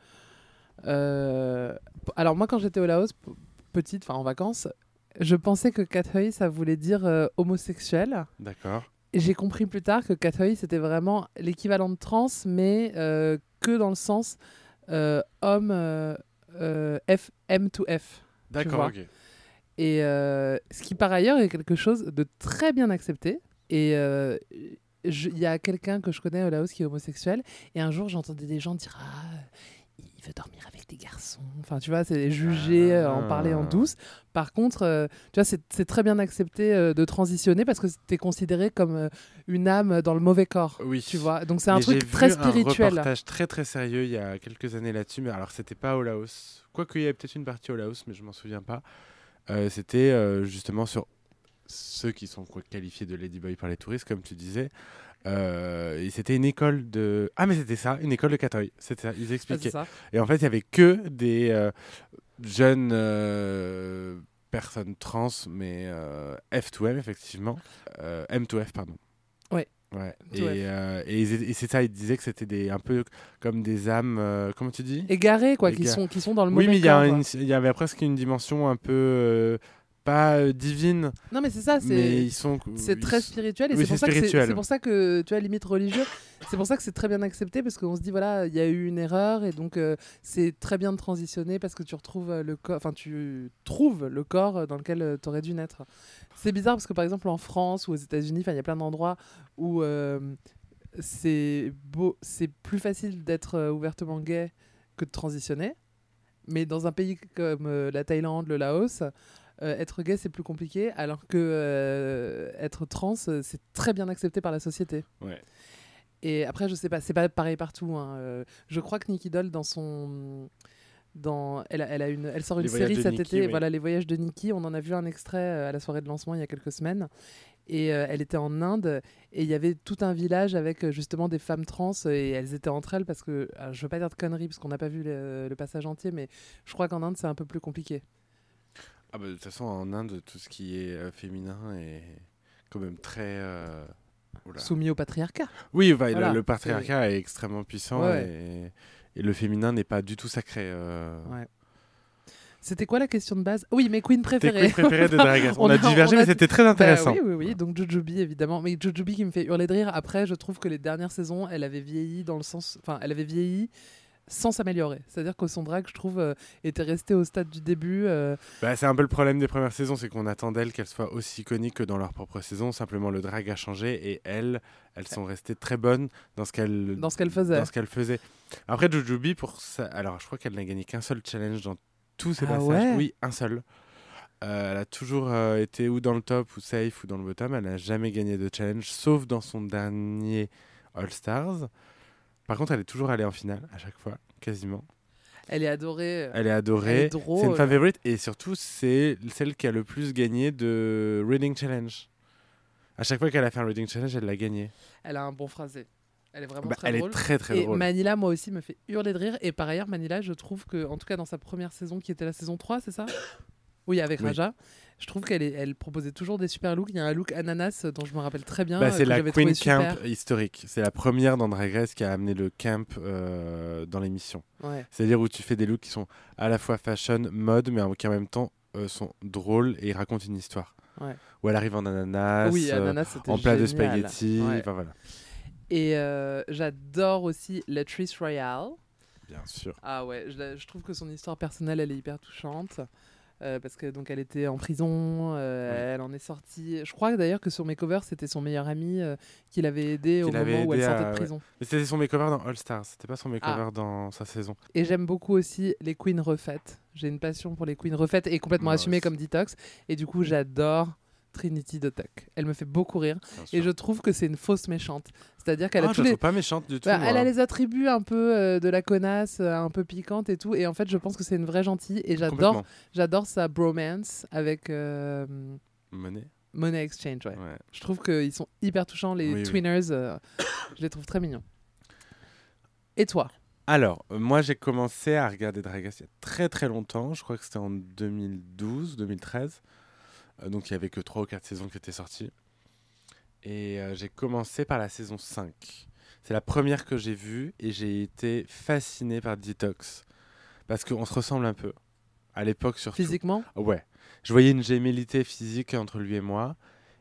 Speaker 1: euh, p- Alors, moi, quand j'étais au Laos, p- petite, enfin en vacances, je pensais que Katoy ça voulait dire euh, homosexuel.
Speaker 2: D'accord.
Speaker 1: j'ai compris plus tard que Cathoy, c'était vraiment l'équivalent de trans, mais euh, que dans le sens euh, homme euh, euh, F, M to F.
Speaker 2: D'accord,
Speaker 1: vois.
Speaker 2: ok.
Speaker 1: Et euh, ce qui, par ailleurs, est quelque chose de très bien accepté. Et euh, je- il y a quelqu'un que je connais au Laos qui est homosexuel. Et un jour, j'entendais des gens dire Ah, il veut dormir avec des garçons. Enfin, tu vois, c'est juger, euh, en parler en
Speaker 2: Ah.
Speaker 1: douce. Par contre, euh, tu vois, c'est c'est très bien accepté euh, de transitionner parce que t'es considéré comme euh, une âme dans le mauvais corps.
Speaker 2: Oui.
Speaker 1: Tu vois, donc c'est un
Speaker 2: Mais j'ai
Speaker 1: truc très
Speaker 2: vu Un
Speaker 1: spirituel.
Speaker 2: reportage très très sérieux il y a quelques années là-dessus, mais alors c'était pas au Laos. Quoique il y avait peut-être une partie au Laos, mais je m'en souviens pas. Euh, c'était euh, justement sur ceux qui sont quoi, qualifiés de Ladyboy par les touristes, comme tu disais. Euh, et c'était une école de. Ah, mais c'était ça, une école de Catoy. C'était ça, ils
Speaker 1: Ah, c'est
Speaker 2: expliquaient.
Speaker 1: ça.
Speaker 2: Et en fait, il y avait que des euh, jeunes euh, personnes trans, mais euh, F2M, effectivement. Euh, M2F, pardon.
Speaker 1: Ouais.
Speaker 2: Ouais. Et,
Speaker 1: 2F.
Speaker 2: euh, et ils étaient- et c'est ça, ils disaient que c'était des, un peu comme des âmes. euh, comment tu dis
Speaker 1: Égarés, quoi,
Speaker 2: Les
Speaker 1: qui
Speaker 2: gars.
Speaker 1: sont, qui sont dans le mauvais
Speaker 2: Oui, mais il y,
Speaker 1: corps.
Speaker 2: a une-
Speaker 1: quoi.
Speaker 2: il y avait presque une dimension un peu. euh, pas euh, divine,
Speaker 1: Non, mais Ah, c'est ça,
Speaker 2: mais
Speaker 1: c'est.
Speaker 2: ils sont.
Speaker 1: C'est
Speaker 2: ils
Speaker 1: très
Speaker 2: sont-
Speaker 1: spirituel et
Speaker 2: oui,
Speaker 1: c'est pour
Speaker 2: c'est
Speaker 1: ça que c'est-
Speaker 2: spirituel.
Speaker 1: c'est pour ça que tu as limite religieux. C'est pour ça que c'est très bien accepté parce qu'on se dit voilà il y a eu une erreur et donc euh, c'est très bien de transitionner parce que tu retrouves euh, le corps, enfin tu trouves le corps euh, dans lequel tu aurais dû naître. C'est bizarre parce que par exemple en France ou aux États-Unis, enfin, il y a plein d'endroits où euh, c'est beau, c'est plus facile d'être euh, ouvertement gay que de transitionner. Mais dans un pays comme euh, la Thaïlande, le Laos, euh, être gay c'est plus compliqué, alors que euh, être trans euh, c'est très bien accepté par la société.
Speaker 2: Ouais.
Speaker 1: Et après je sais pas, c'est pas pareil partout. hein, euh, je crois que Nikki Doll dans son dans, elle, a- elle a une, elle sort
Speaker 2: Les
Speaker 1: une série
Speaker 2: voyages de
Speaker 1: cet
Speaker 2: Nikki,
Speaker 1: été.
Speaker 2: oui.
Speaker 1: Voilà les voyages de Nikki. On en a vu un extrait euh, à la soirée de lancement il y a quelques semaines. Et euh, elle était en Inde et il y avait tout un village avec euh, justement des femmes trans euh, et elles étaient entre elles parce que alors, je veux pas dire de conneries parce qu'on n'a pas vu le, le passage entier, mais je crois qu'en Inde c'est un peu plus compliqué.
Speaker 2: Ah bah, de toute façon, en Inde, tout ce qui est euh, féminin est quand même très. euh, oula.
Speaker 1: Soumis au patriarcat.
Speaker 2: Oui, bah, le-
Speaker 1: Voilà.
Speaker 2: le patriarcat est... extrêmement puissant
Speaker 1: Ouais,
Speaker 2: et... et le féminin n'est pas du tout sacré. euh.
Speaker 1: Ouais. C'était quoi la question de base Oui, mes queens
Speaker 2: Tes
Speaker 1: préférées.
Speaker 2: couilles préférées de Drag Race. On,
Speaker 1: On
Speaker 2: a
Speaker 1: a-
Speaker 2: divergé,
Speaker 1: on a-
Speaker 2: mais c'était très
Speaker 1: Bah
Speaker 2: intéressant.
Speaker 1: oui, oui, oui. Donc Jujubi, évidemment. Mais Jujubi qui me fait hurler de rire. Après, je trouve que les dernières saisons, elle avait vieilli dans le sens. Enfin, elle avait vieilli sans s'améliorer. C'est-à-dire que son drag, je trouve, euh, était resté au stade du début. euh,
Speaker 2: Bah, c'est un peu le problème des premières saisons, c'est qu'on attend d'elles qu'elles soient aussi iconiques que dans leur propre saison. Simplement, le drag a changé et elles, elles sont restées très bonnes dans ce qu'elles
Speaker 1: Dans ce qu'elles faisaient.
Speaker 2: dans ce qu'elles faisaient. Après, Jujubee, pour ça, alors je crois qu'elle n'a gagné qu'un seul challenge dans tous ses
Speaker 1: Ah
Speaker 2: passages.
Speaker 1: ouais
Speaker 2: oui, un seul. Euh, elle a toujours euh, été ou dans le top, ou safe, ou dans le bottom. Elle n'a jamais gagné de challenge, sauf dans son dernier All Stars. Par contre, elle est toujours allée en finale à chaque fois, quasiment.
Speaker 1: Elle est adorée. euh,
Speaker 2: Elle est adorée.
Speaker 1: Elle est
Speaker 2: C'est
Speaker 1: drôle.
Speaker 2: une favorite et surtout, c'est celle qui a le plus gagné de Reading Challenge. À chaque fois qu'elle a fait un Reading Challenge, elle l'a gagné.
Speaker 1: Elle a un bon phrasé. Elle est vraiment
Speaker 2: Bah,
Speaker 1: Ah très
Speaker 2: elle
Speaker 1: drôle.
Speaker 2: est très très
Speaker 1: et
Speaker 2: drôle.
Speaker 1: Manila, moi aussi, me fait hurler de rire. Et par ailleurs, Manila, je trouve que, en tout cas dans sa première saison, qui était la saison 3, c'est ça Oui, avec
Speaker 2: Oui.
Speaker 1: Raja. Je trouve qu'elle est- elle proposait toujours des super looks. Il y a un look ananas euh, dont je me rappelle très bien.
Speaker 2: Bah,
Speaker 1: euh,
Speaker 2: c'est
Speaker 1: que
Speaker 2: la
Speaker 1: j'avais
Speaker 2: Queen
Speaker 1: trouvé super.
Speaker 2: Camp historique. C'est la première dans Drag Race qui a amené le camp euh, dans l'émission.
Speaker 1: Ouais.
Speaker 2: C'est-à-dire où tu fais des looks qui sont à la fois fashion, mode, mais en- qui en même temps euh, sont drôles et racontent une histoire.
Speaker 1: Ouais.
Speaker 2: Où elle arrive en ananas,
Speaker 1: oui,
Speaker 2: euh,
Speaker 1: ananas, c'était
Speaker 2: en plat de
Speaker 1: génial.
Speaker 2: spaghettis.
Speaker 1: Ouais.
Speaker 2: Enfin voilà,
Speaker 1: Et euh, j'adore aussi Latrice Royale.
Speaker 2: bien sûr.
Speaker 1: Ah ouais, je, la- je trouve que son histoire personnelle, elle est hyper touchante. euh, parce que donc elle était en prison, euh,
Speaker 2: Oui.
Speaker 1: elle en est sortie. Je crois d'ailleurs que sur Makeover, c'était son meilleur ami euh, qui l'avait aidé au
Speaker 2: Qui
Speaker 1: moment
Speaker 2: l'avait
Speaker 1: où elle
Speaker 2: aidé à-
Speaker 1: sortait de
Speaker 2: ouais.
Speaker 1: prison.
Speaker 2: Mais c'était son makeover dans All Stars. C'était pas son makeover
Speaker 1: Ah.
Speaker 2: dans sa saison.
Speaker 1: Et j'aime beaucoup aussi les queens refaites. J'ai une passion pour les queens refaites et complètement
Speaker 2: Moi
Speaker 1: assumée
Speaker 2: aussi.
Speaker 1: comme detox. Et du coup, j'adore Trinity de Tuck. Elle me fait beaucoup rire.
Speaker 2: bien sûr.
Speaker 1: Et je trouve que c'est une fausse méchante. C'est-à-dire
Speaker 2: Ah,
Speaker 1: qu'elle a
Speaker 2: je
Speaker 1: tous
Speaker 2: la
Speaker 1: les...
Speaker 2: trouve pas méchante du tout. hein.
Speaker 1: Bah,
Speaker 2: moi.
Speaker 1: elle a les attributs un peu euh, de la connasse, euh, un peu piquante et tout. Et en fait, je pense que c'est une vraie gentille. Et j'adore,
Speaker 2: Complètement.
Speaker 1: j'adore sa bromance avec euh,
Speaker 2: Monet.
Speaker 1: Money Exchange. Ouais.
Speaker 2: Ouais.
Speaker 1: Je trouve qu'ils sont hyper touchants, les
Speaker 2: Oui, oui.
Speaker 1: Tweeners. euh, je les trouve très mignons. Et toi
Speaker 2: Alors, euh, moi j'ai commencé à regarder Drag Race il y a très très longtemps, je crois que c'était en 2012, 2013. Euh, donc il n'y avait que 3 ou 4 saisons qui étaient sorties. Et euh, j'ai commencé par la saison 5. C'est la première que j'ai vue et j'ai été fasciné par Detox. Parce qu'on se ressemble un peu. À l'époque surtout.
Speaker 1: Physiquement
Speaker 2: Ouais. Je voyais une gémellité physique entre lui et moi.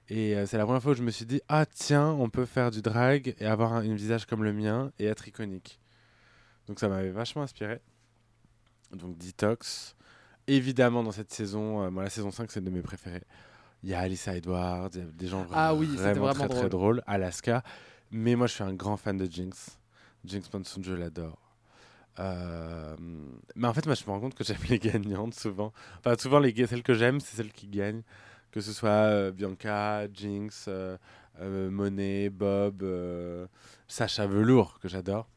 Speaker 2: Et euh, c'est la première fois où je me suis dit ah tiens, on peut faire du drag et avoir un, un visage comme le mien et être iconique. Donc ça m'avait vachement inspiré. Donc Detox. Évidemment dans cette saison, euh, moi la saison 5 c'est une de mes préférées. Il y a Alyssa Edwards, il y a des gens
Speaker 1: Ah oui, c'était
Speaker 2: vraiment,
Speaker 1: vraiment
Speaker 2: très très drôles, Alaska. Mais moi je suis un grand fan de Jinx. Jinx Monsoon, je l'adore. Euh, mais en fait, moi, je me rends compte que j'aime les gagnantes souvent. Enfin, souvent, les, ga- celles que j'aime, c'est celles qui gagnent. Que ce soit euh, Bianca, Jinx, euh, euh, Monet, Bob, euh, Sacha Velours, que j'adore.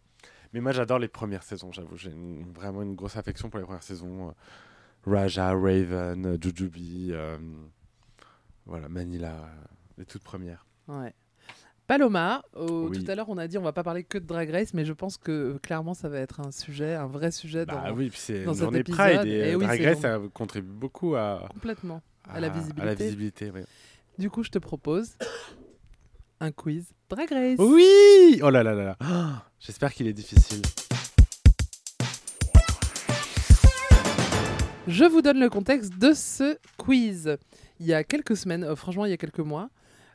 Speaker 2: Mais moi, j'adore les premières saisons, j'avoue. J'ai une- vraiment une grosse affection pour les premières saisons. euh, Raja, Raven, euh, Jujubee, euh, voilà, Manila, euh, les toutes premières.
Speaker 1: Ouais. Paloma, au-
Speaker 2: Oui.
Speaker 1: tout à l'heure on a dit on va pas parler que de Drag Race, mais je pense que euh, clairement ça va être un sujet, un vrai sujet dans-
Speaker 2: Bah oui, puis c'est
Speaker 1: dans
Speaker 2: une
Speaker 1: cet
Speaker 2: journée
Speaker 1: épisode,
Speaker 2: Pride et,
Speaker 1: eh
Speaker 2: euh,
Speaker 1: oui,
Speaker 2: Drag
Speaker 1: c'est
Speaker 2: Race, ça contribue beaucoup à,
Speaker 1: complètement. À la visibilité.
Speaker 2: visibilité, oui.
Speaker 1: Du coup, je te propose un quiz Drag Race.
Speaker 2: Oui Oh là là là là Ah, J'espère qu'il est difficile.
Speaker 1: Je vous donne le contexte de ce quiz. Il y a quelques semaines, euh, franchement il y a quelques mois,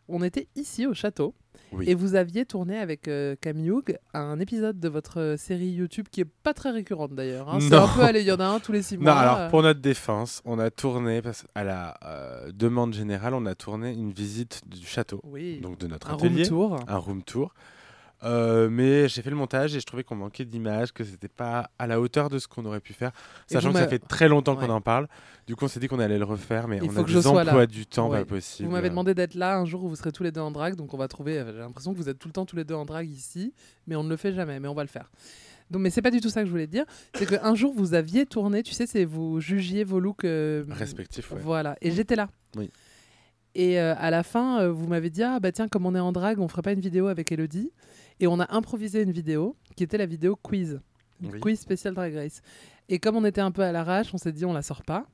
Speaker 1: on était ici au château
Speaker 2: Oui.
Speaker 1: et vous aviez tourné avec euh, Cam Youg un épisode de votre euh, série YouTube qui est pas très récurrente d'ailleurs. hein. C'est
Speaker 2: Non.
Speaker 1: un peu allez, il y en a un tous les six
Speaker 2: Non,
Speaker 1: mois. euh.
Speaker 2: alors pour notre défense, on a tourné, parce- à la euh, demande générale, on a tourné une visite du château,
Speaker 1: Oui.
Speaker 2: donc de notre
Speaker 1: un room
Speaker 2: atelier,
Speaker 1: tour.
Speaker 2: un room tour. Euh, mais j'ai fait le montage et je trouvais qu'on manquait d'images, que c'était pas à la hauteur de ce qu'on aurait pu faire,
Speaker 1: Et
Speaker 2: sachant
Speaker 1: vous
Speaker 2: que ça
Speaker 1: m'a-
Speaker 2: fait très longtemps
Speaker 1: Ouais.
Speaker 2: qu'on en parle. Du coup, on s'est dit qu'on allait le refaire, mais
Speaker 1: Il
Speaker 2: on
Speaker 1: faut
Speaker 2: a
Speaker 1: que je
Speaker 2: des
Speaker 1: sois là.
Speaker 2: emplois du temps
Speaker 1: Ouais.
Speaker 2: pas possible.
Speaker 1: Vous m'avez demandé d'être là un jour où vous serez tous les deux en drague, donc on va trouver. euh, J'ai l'impression que vous êtes tout le temps tous les deux en drague ici, mais on ne le fait jamais, mais on va le faire. Donc, mais c'est pas du tout ça que je voulais dire. C'est qu'un jour vous aviez tourné, tu sais, c'est vous jugiez vos looks. euh,
Speaker 2: Respectif, ouais. Mm.
Speaker 1: Voilà, et j'étais là.
Speaker 2: Oui.
Speaker 1: Et euh, à la fin, euh, vous m'avez dit ah bah tiens, comme on est en drague, on ferait pas une vidéo avec Elodie. Et on a improvisé une vidéo qui était la vidéo quiz, Une
Speaker 2: Oui.
Speaker 1: quiz spécial Drag Race. Et comme on était un peu à l'arrache, on s'est dit on la sort pas.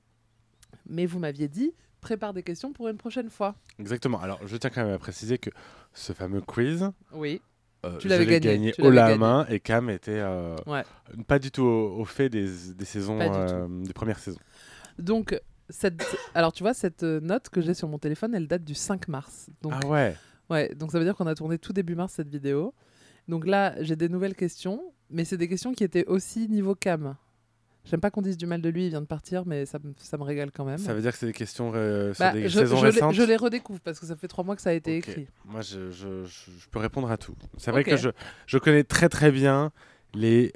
Speaker 1: Mais vous m'aviez dit prépare des questions pour une prochaine fois.
Speaker 2: Exactement. Alors, je tiens quand même à préciser que ce fameux quiz,
Speaker 1: Oui.
Speaker 2: Euh,
Speaker 1: Tu
Speaker 2: je
Speaker 1: l'avais
Speaker 2: l'ai
Speaker 1: gagné,
Speaker 2: gagné
Speaker 1: tu
Speaker 2: haut
Speaker 1: l'avais
Speaker 2: la
Speaker 1: gagné.
Speaker 2: main et Cam était euh,
Speaker 1: Ouais.
Speaker 2: pas du tout au, au fait des, des saisons,
Speaker 1: Pas du
Speaker 2: euh, des premières saisons.
Speaker 1: Donc cette, alors tu vois cette euh, note que j'ai sur mon téléphone, elle date du 5 mars. Donc
Speaker 2: ah ouais,
Speaker 1: Ouais, donc ça veut dire qu'on a tourné tout début mars cette vidéo. Donc là, j'ai des nouvelles questions, mais c'est des questions qui étaient aussi niveau cam. J'aime pas qu'on dise du mal de lui, il vient de partir, mais ça, me- ça me régale quand même.
Speaker 2: ça veut dire que c'est des questions euh, sur
Speaker 1: Bah,
Speaker 2: des
Speaker 1: je,
Speaker 2: saisons
Speaker 1: je les-
Speaker 2: récentes.
Speaker 1: je les redécouvre parce que ça fait trois mois que ça a été
Speaker 2: Ok.
Speaker 1: écrit.
Speaker 2: Moi, je, je- je- je peux répondre à tout. C'est vrai
Speaker 1: Ok.
Speaker 2: que je, je connais très très bien les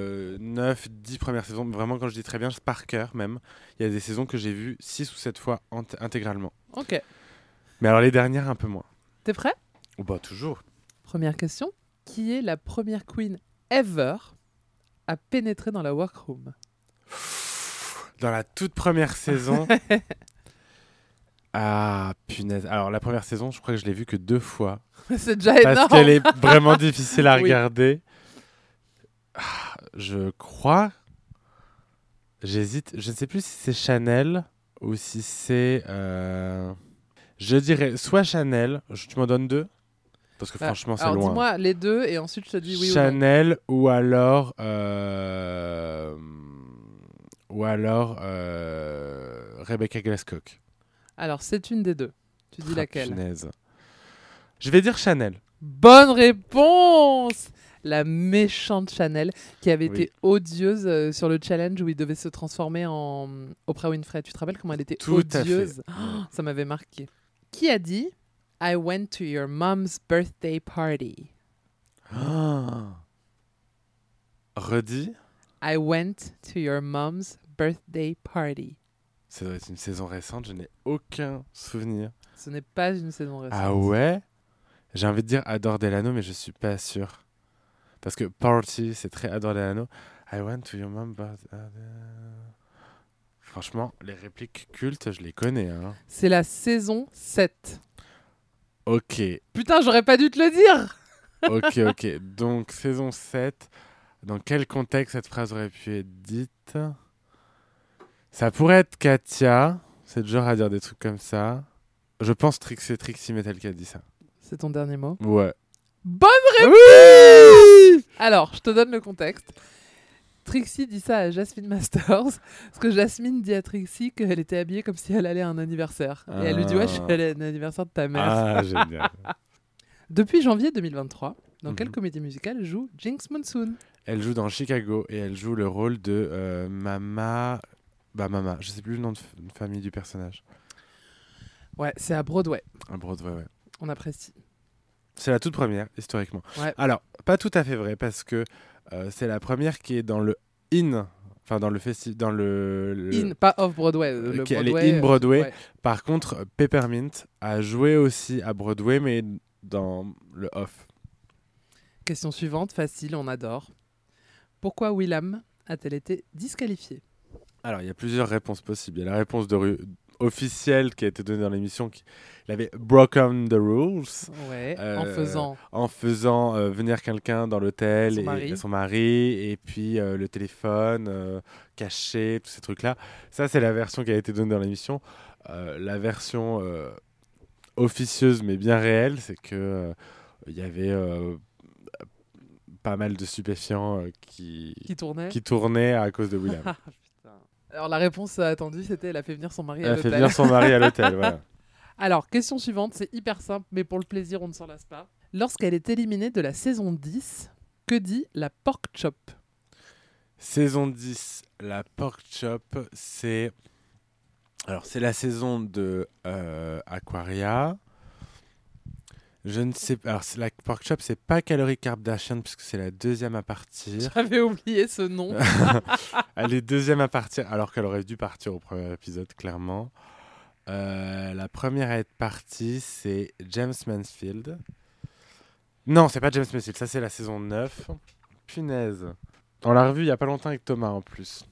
Speaker 2: 9-10 premières saisons. Mais Vraiment, quand je dis très bien, c'est par cœur même. Il y a des saisons que j'ai vues 6 ou 7 fois ent- intégralement.
Speaker 1: Ok,
Speaker 2: Mais alors les dernières, un peu moins.
Speaker 1: t'es prêt
Speaker 2: Oh, bah toujours.
Speaker 1: Première question. Qui est la première queen ever à pénétrer dans la workroom
Speaker 2: dans la toute première saison. ah, punaise. Alors, la première saison, je crois que je l'ai vue que deux fois.
Speaker 1: C'est déjà
Speaker 2: Parce
Speaker 1: énorme
Speaker 2: qu'elle est vraiment difficile à
Speaker 1: Oui.
Speaker 2: regarder. Ah, Je crois. J'hésite. Je ne sais plus si c'est Chanel ou si c'est. euh, Je dirais soit Chanel. Je- Tu m'en donnes deux Parce que
Speaker 1: Bah,
Speaker 2: franchement, c'est
Speaker 1: Alors
Speaker 2: loin.
Speaker 1: dis-moi les deux et ensuite je te dis oui ou non.
Speaker 2: Chanel ou alors euh, ou alors euh, Rebecca Glasscock.
Speaker 1: Alors c'est une des deux. Tu dis
Speaker 2: Ah,
Speaker 1: laquelle
Speaker 2: punaise. Je vais dire Chanel.
Speaker 1: Bonne réponse La méchante Chanel qui avait
Speaker 2: Oui.
Speaker 1: été odieuse euh, sur le challenge où il devait se transformer en euh, Oprah Winfrey. Tu te rappelles comment elle était
Speaker 2: Tout à fait.
Speaker 1: odieuse Oh, Ça m'avait marqué. Qui a dit I went to your mom's birthday party.
Speaker 2: Ah. Redis.
Speaker 1: I went to your mom's birthday party.
Speaker 2: Ça doit être une saison récente. Je n'ai aucun souvenir.
Speaker 1: Ce n'est pas une saison récente.
Speaker 2: Ah ouais. J'ai envie de dire Adore Delano, mais je suis pas sûr. Parce que Party, c'est très Adore Delano. I went to your mom. but- uh, Franchement, les répliques cultes, je les connais. Hein.
Speaker 1: C'est la saison 7.
Speaker 2: Ok,
Speaker 1: Putain, j'aurais pas dû te le dire
Speaker 2: ok, ok. Donc, saison 7, dans quel contexte cette phrase aurait pu être dite Ça pourrait être Katia. C'est le genre à dire des trucs comme ça. Je pense que c'est Trixie Metal qui a dit ça.
Speaker 1: C'est ton dernier mot.
Speaker 2: Ouais. Ah
Speaker 1: Bonne réponse Alors, je te donne le contexte. Trixie dit ça à Jasmine Masters, parce que Jasmine dit à Trixie qu'elle était habillée comme si elle allait à un anniversaire. Et elle lui dit, ouais,
Speaker 2: Ah.
Speaker 1: je suis allée à un anniversaire de ta mère.
Speaker 6: Ah, génial.
Speaker 1: Depuis janvier 2023, dans
Speaker 2: Mhm.
Speaker 1: quelle comédie musicale joue Jinx Monsoon
Speaker 2: Elle joue dans Chicago et elle joue le rôle de euh, Mama. Bah, Mama, je sais plus le nom de f- de famille du personnage.
Speaker 1: Ouais, c'est à Broadway,
Speaker 2: Un Broadway, ouais.
Speaker 1: on apprécie.
Speaker 2: C'est la toute première, historiquement.
Speaker 1: Ouais.
Speaker 2: Alors, pas tout à fait vrai, parce que euh, c'est la première qui est dans le in, enfin dans le festival, dans le... le-
Speaker 1: In, pas off Broadway.
Speaker 2: euh,
Speaker 1: Le
Speaker 2: qui- elle est
Speaker 1: Broadway,
Speaker 2: in
Speaker 1: euh,
Speaker 2: Broadway.
Speaker 1: ouais.
Speaker 2: Par contre, euh, Peppermint a joué aussi à Broadway, mais dans le off.
Speaker 1: euh, Question suivante, facile, on adore. Pourquoi Willam a-t-elle été disqualifiée
Speaker 2: Alors, il y a plusieurs réponses possibles. Il y a la réponse de rue officielle qui a été donnée dans l'émission, qui il avait broken the rules.
Speaker 1: Ouais,
Speaker 2: Euh,
Speaker 1: en faisant.
Speaker 2: en faisant euh, venir quelqu'un dans l'hôtel
Speaker 1: Son
Speaker 2: et
Speaker 1: mari.
Speaker 2: son mari et puis euh, le téléphone euh, caché tous ces trucs là ça c'est la version qui a été donnée dans l'émission Euh, la version euh, officieuse mais bien réelle c'est que euh, il y avait euh, pas mal de stupéfiants euh, qui,
Speaker 1: Qui tournait
Speaker 2: qui tournaient à cause de William
Speaker 1: Ah, putain. Alors la réponse euh, attendue, c'était elle a fait venir son mari
Speaker 2: elle
Speaker 1: à
Speaker 2: a fait
Speaker 1: l'hôtel.
Speaker 2: venir son mari à l'hôtel voilà.
Speaker 1: Alors, question suivante, c'est hyper simple, mais pour le plaisir, on ne s'en lasse pas. Lorsqu'elle est éliminée de la saison 10, que dit la pork chop
Speaker 2: Saison 10, la pork chop, c'est. Alors, c'est la saison de euh, Aquaria. Je ne sais pas. Alors, c'est- la pork chop, c'est pas Calorie Kardashian, puisque c'est la deuxième à partir.
Speaker 1: J'avais oublié ce nom.
Speaker 2: Elle est deuxième à partir, alors qu'elle aurait dû partir au premier épisode, clairement. Euh, la première à être partie, c'est James Mansfield. Non, c'est pas James Mansfield, ça c'est la saison 9. Punaise. On l'a revu il y a pas longtemps avec Thomas en plus.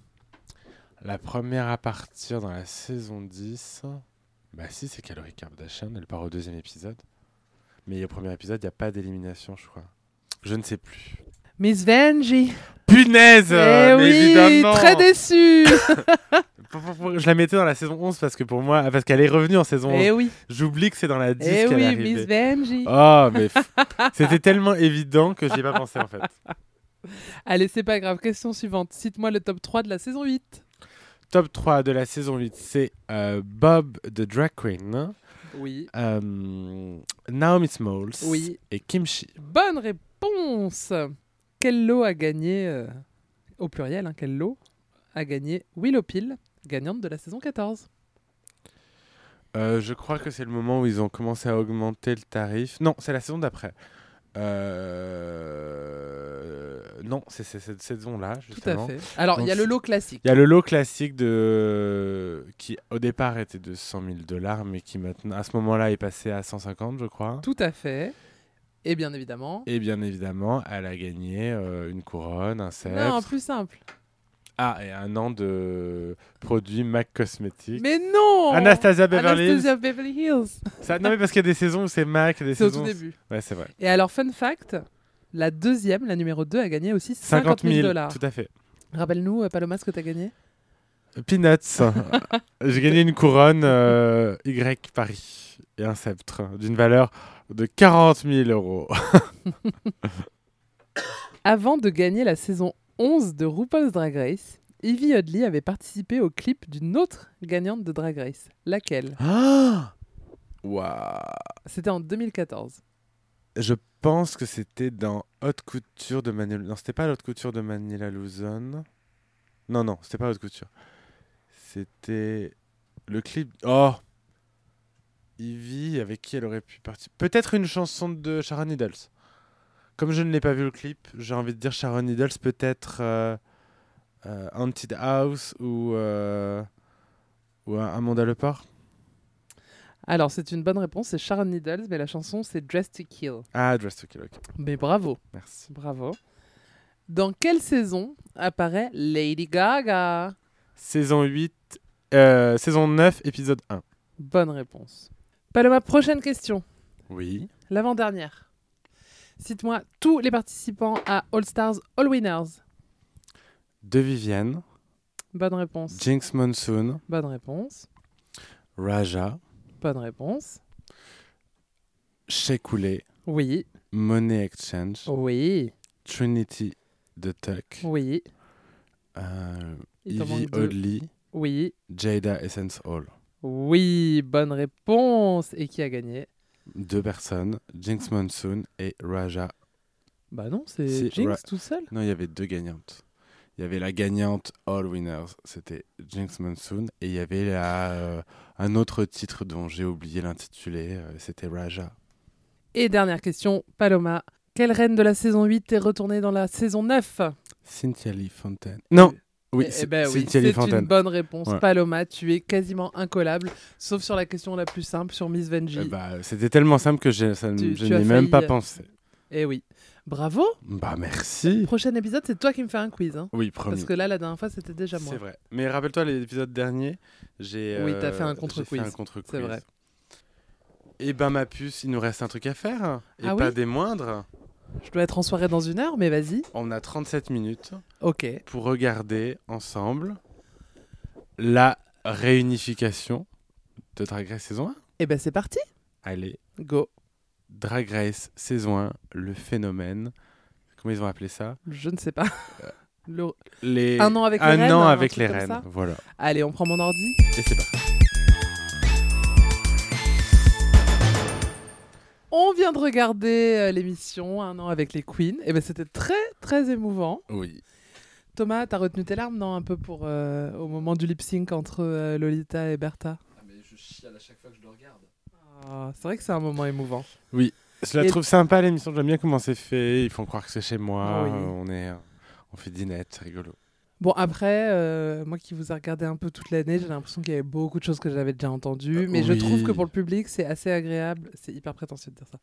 Speaker 2: La première à partir dans la saison 10. Bah si, c'est Calorie Kardashian, elle part au deuxième épisode. Mais au premier épisode, il n'y a pas d'élimination, je crois. Je ne sais plus.
Speaker 1: Miss Venji
Speaker 2: Punaise
Speaker 1: Eh
Speaker 2: euh, mais
Speaker 1: oui,
Speaker 2: évidemment.
Speaker 1: très déçue
Speaker 2: Pour- pour- pour- Je la mettais dans la saison 11 parce que pour moi, ah, parce qu'elle est revenue en saison 11.
Speaker 1: Eh oui,
Speaker 2: J'oublie que c'est dans la 10
Speaker 1: eh
Speaker 2: qu'elle est
Speaker 1: oui,
Speaker 2: arrivée.
Speaker 1: Miss Venji
Speaker 2: Oh, mais f- c'était tellement évident que j'y ai pas pensé en fait.
Speaker 1: Allez, c'est pas grave, question suivante. Cite-moi le top 3 de la saison 8.
Speaker 2: Top 3 de la saison 8, c'est euh, Bob de Drag Queen,
Speaker 1: Oui.
Speaker 2: euh, Naomi Smalls
Speaker 1: Oui.
Speaker 2: et Kimchi.
Speaker 1: Bonne réponse Quel lot a gagné, euh, au pluriel, hein, quel lot a gagné Willow Peel, gagnante de la saison 14
Speaker 2: Euh, je crois que c'est le moment où ils ont commencé à augmenter le tarif. Non, c'est la saison d'après. Euh, Non, c'est c'est cette saison-là,
Speaker 1: Tout à
Speaker 2: justement.
Speaker 1: fait. Alors, il y a
Speaker 2: Donc,
Speaker 1: le lot classique.
Speaker 2: Il y a le lot classique de qui au départ était de 100 000 dollars, mais qui maintenant à ce moment-là est passé à 150, je crois.
Speaker 1: Tout à fait. Et bien évidemment.
Speaker 2: Et bien évidemment, elle a gagné euh, une couronne, un sceptre,
Speaker 1: Non, plus simple.
Speaker 2: ah et un an de produits Mac cosmétiques.
Speaker 1: Mais non
Speaker 2: Anastasia Beverly. Hills.
Speaker 1: Anastasia Beverly Hills.
Speaker 2: Ça- non mais parce qu'il y a des saisons où c'est Mac, des
Speaker 1: C'est au
Speaker 2: saisons.
Speaker 1: tout début.
Speaker 2: Ouais, c'est vrai.
Speaker 1: Et alors, fun fact, la deuxième, la numéro 2, a gagné aussi 50 000 dollars.
Speaker 2: Tout à fait.
Speaker 1: Rappelle-nous, euh, Paloma, ce que t'as gagné.
Speaker 2: Peanuts. J'ai gagné une couronne euh, Y Paris et un sceptre d'une valeur de 40 000 euros.
Speaker 1: Avant de gagner la saison 11 de RuPaul's Drag Race, Evie Oddly avait participé au clip d'une autre gagnante de Drag Race. Laquelle
Speaker 2: Ah Waouh
Speaker 1: C'était en 2014.
Speaker 2: Je pense que c'était dans Haute Couture de Manila. Non, c'était pas Haute Couture de Manila Luzon. Non, non, c'était pas Haute Couture. C'était le clip. Oh Ivy, avec qui elle aurait pu partir Peut-être une chanson de Sharon Needles. Comme je ne l'ai pas vu le clip, j'ai envie de dire Sharon Needles, peut-être euh, euh, Haunted House ou, euh, ou Amanda Lepore.
Speaker 1: Alors, c'est une bonne réponse, c'est Sharon Needles, mais la chanson, c'est Dress to Kill.
Speaker 2: Ah, Dress to Kill, ok.
Speaker 1: Mais bravo
Speaker 2: Merci.
Speaker 1: Bravo. Dans quelle saison apparaît Lady Gaga
Speaker 2: Saison 8, euh, saison 9, épisode 1.
Speaker 1: Bonne réponse. Paloma, prochaine question.
Speaker 2: Oui.
Speaker 1: L'avant-dernière. Cite-moi tous les participants à All Stars, All Winners.
Speaker 2: De Vivienne,
Speaker 1: Bonne réponse.
Speaker 2: Jinx Monsoon,
Speaker 1: Bonne réponse.
Speaker 2: Raja,
Speaker 1: Bonne réponse.
Speaker 2: Shekule,
Speaker 1: Oui,
Speaker 2: Money Exchange,
Speaker 1: oui,
Speaker 2: Trinity de Tuck,
Speaker 1: oui,
Speaker 2: Euh,
Speaker 1: Oh. Il t'en
Speaker 2: Evie
Speaker 1: manque deux.
Speaker 2: Oddly,
Speaker 1: Oui,
Speaker 2: Jada Essence Hall.
Speaker 1: oui, bonne réponse. Et qui a gagné
Speaker 2: Deux personnes, Jinx Monsoon et Raja.
Speaker 1: Bah non, c'est
Speaker 2: C'est
Speaker 1: Jinx
Speaker 2: Ra-
Speaker 1: tout seul.
Speaker 2: Non, il y avait deux gagnantes. Il y avait la gagnante All Winners, c'était Jinx Monsoon, et il y avait la, euh, un autre titre dont j'ai oublié l'intitulé, euh, c'était Raja.
Speaker 1: Et dernière question, Paloma. Quelle reine de la saison 8 est retournée dans la saison 9
Speaker 2: Cynthia Lee Fontaine. Non, oui,
Speaker 1: Eh
Speaker 2: c'est
Speaker 1: ben oui,
Speaker 2: Cynthia
Speaker 1: c'est
Speaker 2: Lee
Speaker 1: une
Speaker 2: Fontaine.
Speaker 1: bonne réponse.
Speaker 2: Ouais.
Speaker 1: Paloma, tu es quasiment incollable, sauf sur la question la plus simple, sur Miss Venji.
Speaker 2: Eh
Speaker 1: Eh
Speaker 2: bah, c'était tellement simple que j'ai- ça ne-
Speaker 1: Tu-
Speaker 2: je
Speaker 1: tu as
Speaker 2: n'y ai même
Speaker 1: failli,
Speaker 2: pas
Speaker 1: euh,
Speaker 2: pensé.
Speaker 1: oui. Bravo
Speaker 2: Bah merci.
Speaker 1: Prochain épisode, c'est toi qui me fais un quiz. hein.
Speaker 2: Oui, promis.
Speaker 1: Parce que là, la dernière fois, c'était déjà moi.
Speaker 2: C'est vrai. Mais rappelle-toi l'épisode dernier, j'ai euh,
Speaker 1: Oui, t'as fait un
Speaker 2: j'ai
Speaker 1: contre-quiz.
Speaker 2: un contre-quiz.
Speaker 1: C'est vrai.
Speaker 2: Et ben ma puce, il nous reste un truc à faire hein. et
Speaker 1: Ah
Speaker 2: pas
Speaker 1: oui
Speaker 2: des moindres.
Speaker 1: Je dois être en soirée dans une heure, mais vas-y.
Speaker 2: On a 37 minutes
Speaker 1: Ok. Eh
Speaker 2: pour regarder ensemble la réunification de Drag Race saison 1.
Speaker 1: Eh ben, c'est parti.
Speaker 2: Allez,
Speaker 1: Go.
Speaker 2: Drag Race saison 1, le phénomène. Comment ils ont appelé ça
Speaker 1: Je ne sais pas.
Speaker 2: Euh.
Speaker 1: Le-
Speaker 2: les...
Speaker 1: Un an avec les
Speaker 2: un
Speaker 1: reines,
Speaker 2: an
Speaker 1: un
Speaker 2: avec
Speaker 1: truc
Speaker 2: les
Speaker 1: comme
Speaker 2: reines.
Speaker 1: ça.
Speaker 2: Voilà.
Speaker 1: Allez, on prend mon ordi.
Speaker 2: Et c'est parti.
Speaker 1: On vient de regarder euh, l'émission Un an avec les queens. Eh ben, c'était très, très émouvant.
Speaker 2: Oui.
Speaker 1: Thomas, t'as retenu tes larmes, non Un peu pour euh, au moment du lip sync entre euh, Lolita et Bertha.
Speaker 4: Ah, mais je chiale à chaque fois que je le regarde.
Speaker 1: Ah, c'est vrai que c'est un moment émouvant.
Speaker 2: Je la
Speaker 1: Et-
Speaker 2: trouve sympa l'émission, j'aime bien comment c'est fait. Ils font croire que c'est chez moi.
Speaker 1: Ah Oui.
Speaker 2: euh, On, est, on fait dinette, c'est rigolo.
Speaker 1: Bon, après, euh, moi qui vous ai regardé un peu toute l'année, j'ai l'impression qu'il y avait beaucoup de choses que j'avais déjà entendues.
Speaker 2: Euh,
Speaker 1: mais je
Speaker 2: oui.
Speaker 1: trouve que pour le public, c'est assez agréable. C'est hyper prétentieux de dire ça.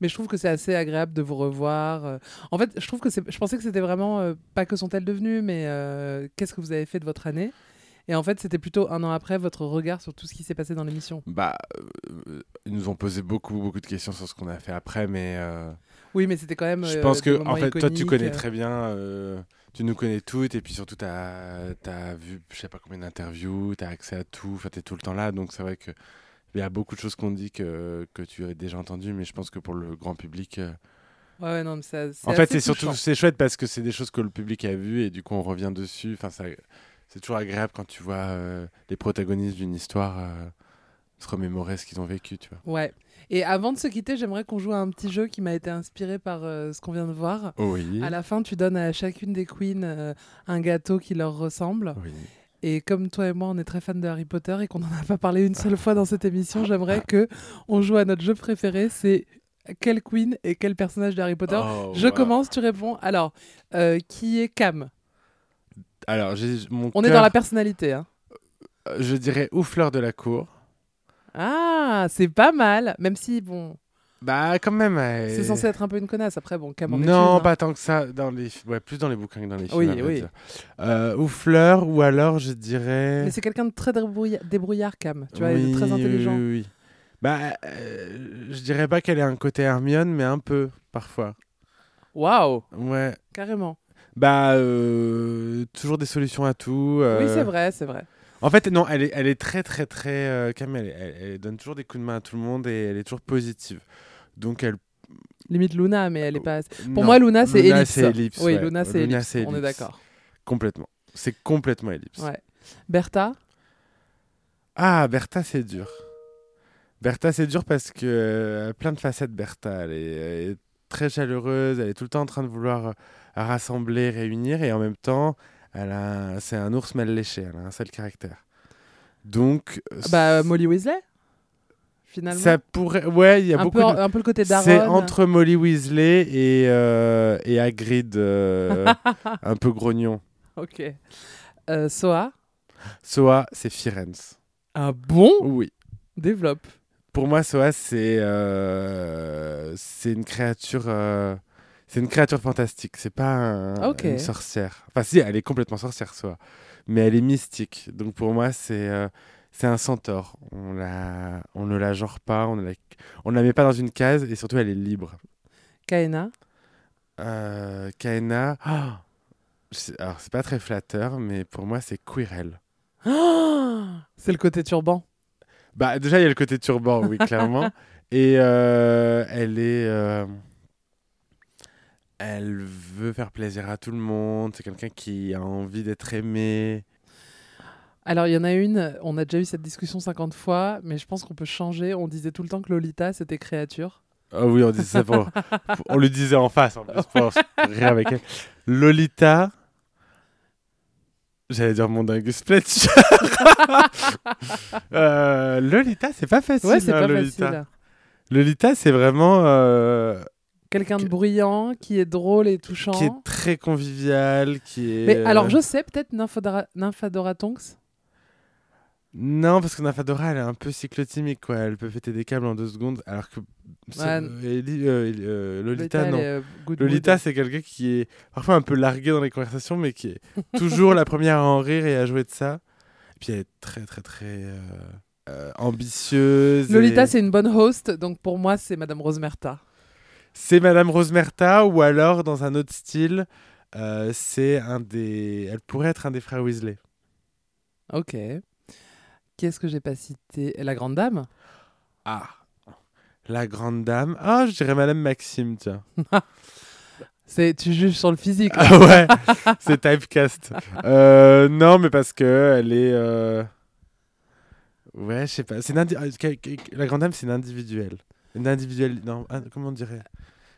Speaker 1: Mais je trouve que c'est assez agréable de vous revoir. euh. En fait, je trouve que c'est. Je pensais que c'était vraiment euh, pas que sont-elles devenues, mais euh, qu'est-ce que vous avez fait de votre année Et en fait, c'était plutôt un an après votre regard sur tout ce qui s'est passé dans l'émission.
Speaker 2: Bah, euh, ils nous ont posé beaucoup, beaucoup de questions sur ce qu'on a fait après, mais euh,
Speaker 1: Oui, mais c'était quand même.
Speaker 2: je
Speaker 1: euh,
Speaker 2: pense
Speaker 1: des
Speaker 2: que,
Speaker 1: moments
Speaker 2: en fait, toi, tu
Speaker 1: iconiques,
Speaker 2: connais
Speaker 1: euh.
Speaker 2: très bien, euh, tu nous connais toutes, et puis surtout, t'as as vu, je sais pas combien d'interviews, t'as accès à tout, enfin, t'es tout le temps là, donc c'est vrai que il y a beaucoup de choses qu'on dit que, que tu as déjà entendues, mais je pense que pour le grand public. euh,
Speaker 1: Ouais, ouais, non, mais ça-
Speaker 2: En fait,
Speaker 1: assez
Speaker 2: c'est surtout
Speaker 1: touchant.
Speaker 2: c'est chouette parce que c'est des choses que le public a vues et du coup on revient dessus. Enfin, ça- c'est toujours agréable quand tu vois euh, les protagonistes d'une histoire euh, se remémorer ce qu'ils ont vécu, tu vois.
Speaker 1: Ouais. Et avant de se quitter, j'aimerais qu'on joue à un petit jeu qui m'a été inspiré par euh, ce qu'on vient de voir.
Speaker 2: Oh oui.
Speaker 1: À la fin, tu donnes à chacune des queens euh, un gâteau qui leur ressemble.
Speaker 2: Oui.
Speaker 1: Et comme toi et moi, on est très fans de Harry Potter et qu'on n'en a pas parlé une seule fois dans cette émission, j'aimerais que on joue à notre jeu préféré. C'est quelle queen et quel personnage de Harry Potter
Speaker 2: Oh,
Speaker 1: Je
Speaker 2: wow.
Speaker 1: commence, tu réponds. Alors, euh, qui est Cam
Speaker 2: Alors, j'ai mon
Speaker 1: On est dans la personnalité. hein.
Speaker 2: la euh, je dirais ou fleur de la cour.
Speaker 1: Ah, c'est pas mal. Même si, bon,
Speaker 2: Bah quand même euh,
Speaker 1: c'est censé être un peu une connasse. Après, bon, Cam en est
Speaker 2: Non,
Speaker 1: une, hein.
Speaker 2: pas tant que ça dans les ouais, plus dans les bouquins que dans les films.
Speaker 1: Oui,
Speaker 2: à vrai
Speaker 1: oui.
Speaker 2: dire. Euh, ou fleur ou alors je dirais
Speaker 1: Mais c'est quelqu'un de très débrouilla- débrouillard, Cam. Tu vois, il est très
Speaker 2: Oui,
Speaker 1: intelligent.
Speaker 2: Oui, oui, oui. Bah, euh, je dirais pas qu'elle ait un côté Hermione, mais un peu, parfois.
Speaker 1: Waouh,
Speaker 2: Ouais.
Speaker 1: carrément.
Speaker 2: Bah, euh, toujours des solutions à tout. euh.
Speaker 1: Oui, c'est vrai, c'est vrai.
Speaker 2: En fait, non, elle est, elle est très, très, très. euh, quand même, elle, elle- elle donne toujours des coups de main à tout le monde et elle est toujours positive. Donc, elle.
Speaker 1: Limite Luna, mais elle est pas. Pour
Speaker 2: Euh, non.
Speaker 1: moi, Luna, c'est
Speaker 2: Luna,
Speaker 1: ellipse.
Speaker 2: c'est ellipse,
Speaker 1: Oui,
Speaker 2: ouais.
Speaker 1: Luna, c'est
Speaker 2: Luna,
Speaker 1: ellipse.
Speaker 2: c'est
Speaker 1: On est
Speaker 2: ellipse.
Speaker 1: d'accord.
Speaker 2: Complètement. C'est complètement ellipse.
Speaker 1: Ouais. Bertha,
Speaker 2: Ah, Bertha, c'est dur. Bertha, c'est dur parce que euh, plein de facettes, Bertha. Elle est, elle est très chaleureuse, elle est tout le temps en train de vouloir euh, rassembler, réunir, et en même temps, elle a un- c'est un ours mal léché, elle a un sale caractère. Donc, euh,
Speaker 1: bah Molly Weasley, finalement.
Speaker 2: ça pourrait. Ouais, il y a
Speaker 1: un,
Speaker 2: beaucoup
Speaker 1: peu,
Speaker 2: de.
Speaker 1: un peu le côté d'Aaron.
Speaker 2: C'est entre Molly Weasley et, euh, et Hagrid, euh, un peu grognon.
Speaker 1: Ok. Euh, Soa.
Speaker 2: Soa, c'est Firenze.
Speaker 1: Un bon
Speaker 2: Oui.
Speaker 1: développe.
Speaker 2: Pour moi, Soa, c'est euh, c'est une créature. euh, c'est une créature fantastique, c'est pas un-
Speaker 1: Ok.
Speaker 2: une sorcière. Enfin, si, elle est complètement sorcière, Soa. Mais elle est mystique. Donc pour moi, c'est euh, c'est un centaure. On, la, on ne la genre pas, on ne la, on ne la met pas dans une case et surtout, elle est libre.
Speaker 1: Kaena.
Speaker 2: Euh, Kaena. ah, c'est- alors, c'est pas très flatteur, mais pour moi, c'est Quirrell.
Speaker 1: Ah c'est le côté turban.
Speaker 2: Bah déjà il y a le côté turban, oui clairement. Et euh, elle est, euh, Elle veut faire plaisir à tout le monde. C'est quelqu'un qui a envie d'être aimé.
Speaker 1: Alors, il y en a une, on a déjà eu cette discussion 50 fois, mais je pense qu'on peut changer. On disait tout le temps que Lolita, c'était créature.
Speaker 2: Ah oui, on disait ça pour- pour- on lui disait en face, en plus, pour rire avec elle. Lolita. J'allais dire mon dingue Fletcher. Euh, Lolita, c'est pas facile.
Speaker 1: Ouais, c'est
Speaker 2: hein,
Speaker 1: pas
Speaker 2: Lolita.
Speaker 1: facile.
Speaker 2: Lolita, c'est vraiment euh,
Speaker 1: Quelqu'un de
Speaker 2: Que-
Speaker 1: bruyant, qui est drôle et touchant.
Speaker 2: qui est très convivial, qui est.
Speaker 1: Mais alors,
Speaker 2: euh,
Speaker 1: je sais, peut-être Nymphadora, Nymphadora Tonks.
Speaker 2: Non, parce que Nafadora, elle est un peu cyclotimique, quoi. Elle peut péter des câbles en deux secondes, alors que c'est-
Speaker 1: Ouais.
Speaker 2: euh, Ellie- euh, Ellie- euh, Lolita,
Speaker 1: elle
Speaker 2: non.
Speaker 1: est, euh, good
Speaker 2: Lolita,
Speaker 1: mood.
Speaker 2: c'est quelqu'un qui est parfois un peu largué dans les conversations, mais qui est toujours la première à en rire et à jouer de ça. Et puis elle est très, très, très euh, euh, ambitieuse.
Speaker 1: Lolita,
Speaker 2: et-
Speaker 1: c'est une bonne host, donc pour moi, c'est Madame Rosemerta.
Speaker 2: c'est Madame Rosemerta, ou alors dans un autre style, euh, c'est un des. Elle pourrait être un des frères Weasley.
Speaker 1: Ok. Qu'est-ce que j'ai pas cité La Grande Dame
Speaker 2: Ah, la grande dame. Ah, je dirais Madame Maxime, tiens.
Speaker 1: C'est Tu juges sur le physique. là.
Speaker 2: Ah ouais, c'est typecast. Euh, non, mais parce que elle est. euh, Ouais, je sais pas. C'est une indi- euh, que- que- La grande dame, c'est une individuelle. Une individuelle. Non, un- comment on dirait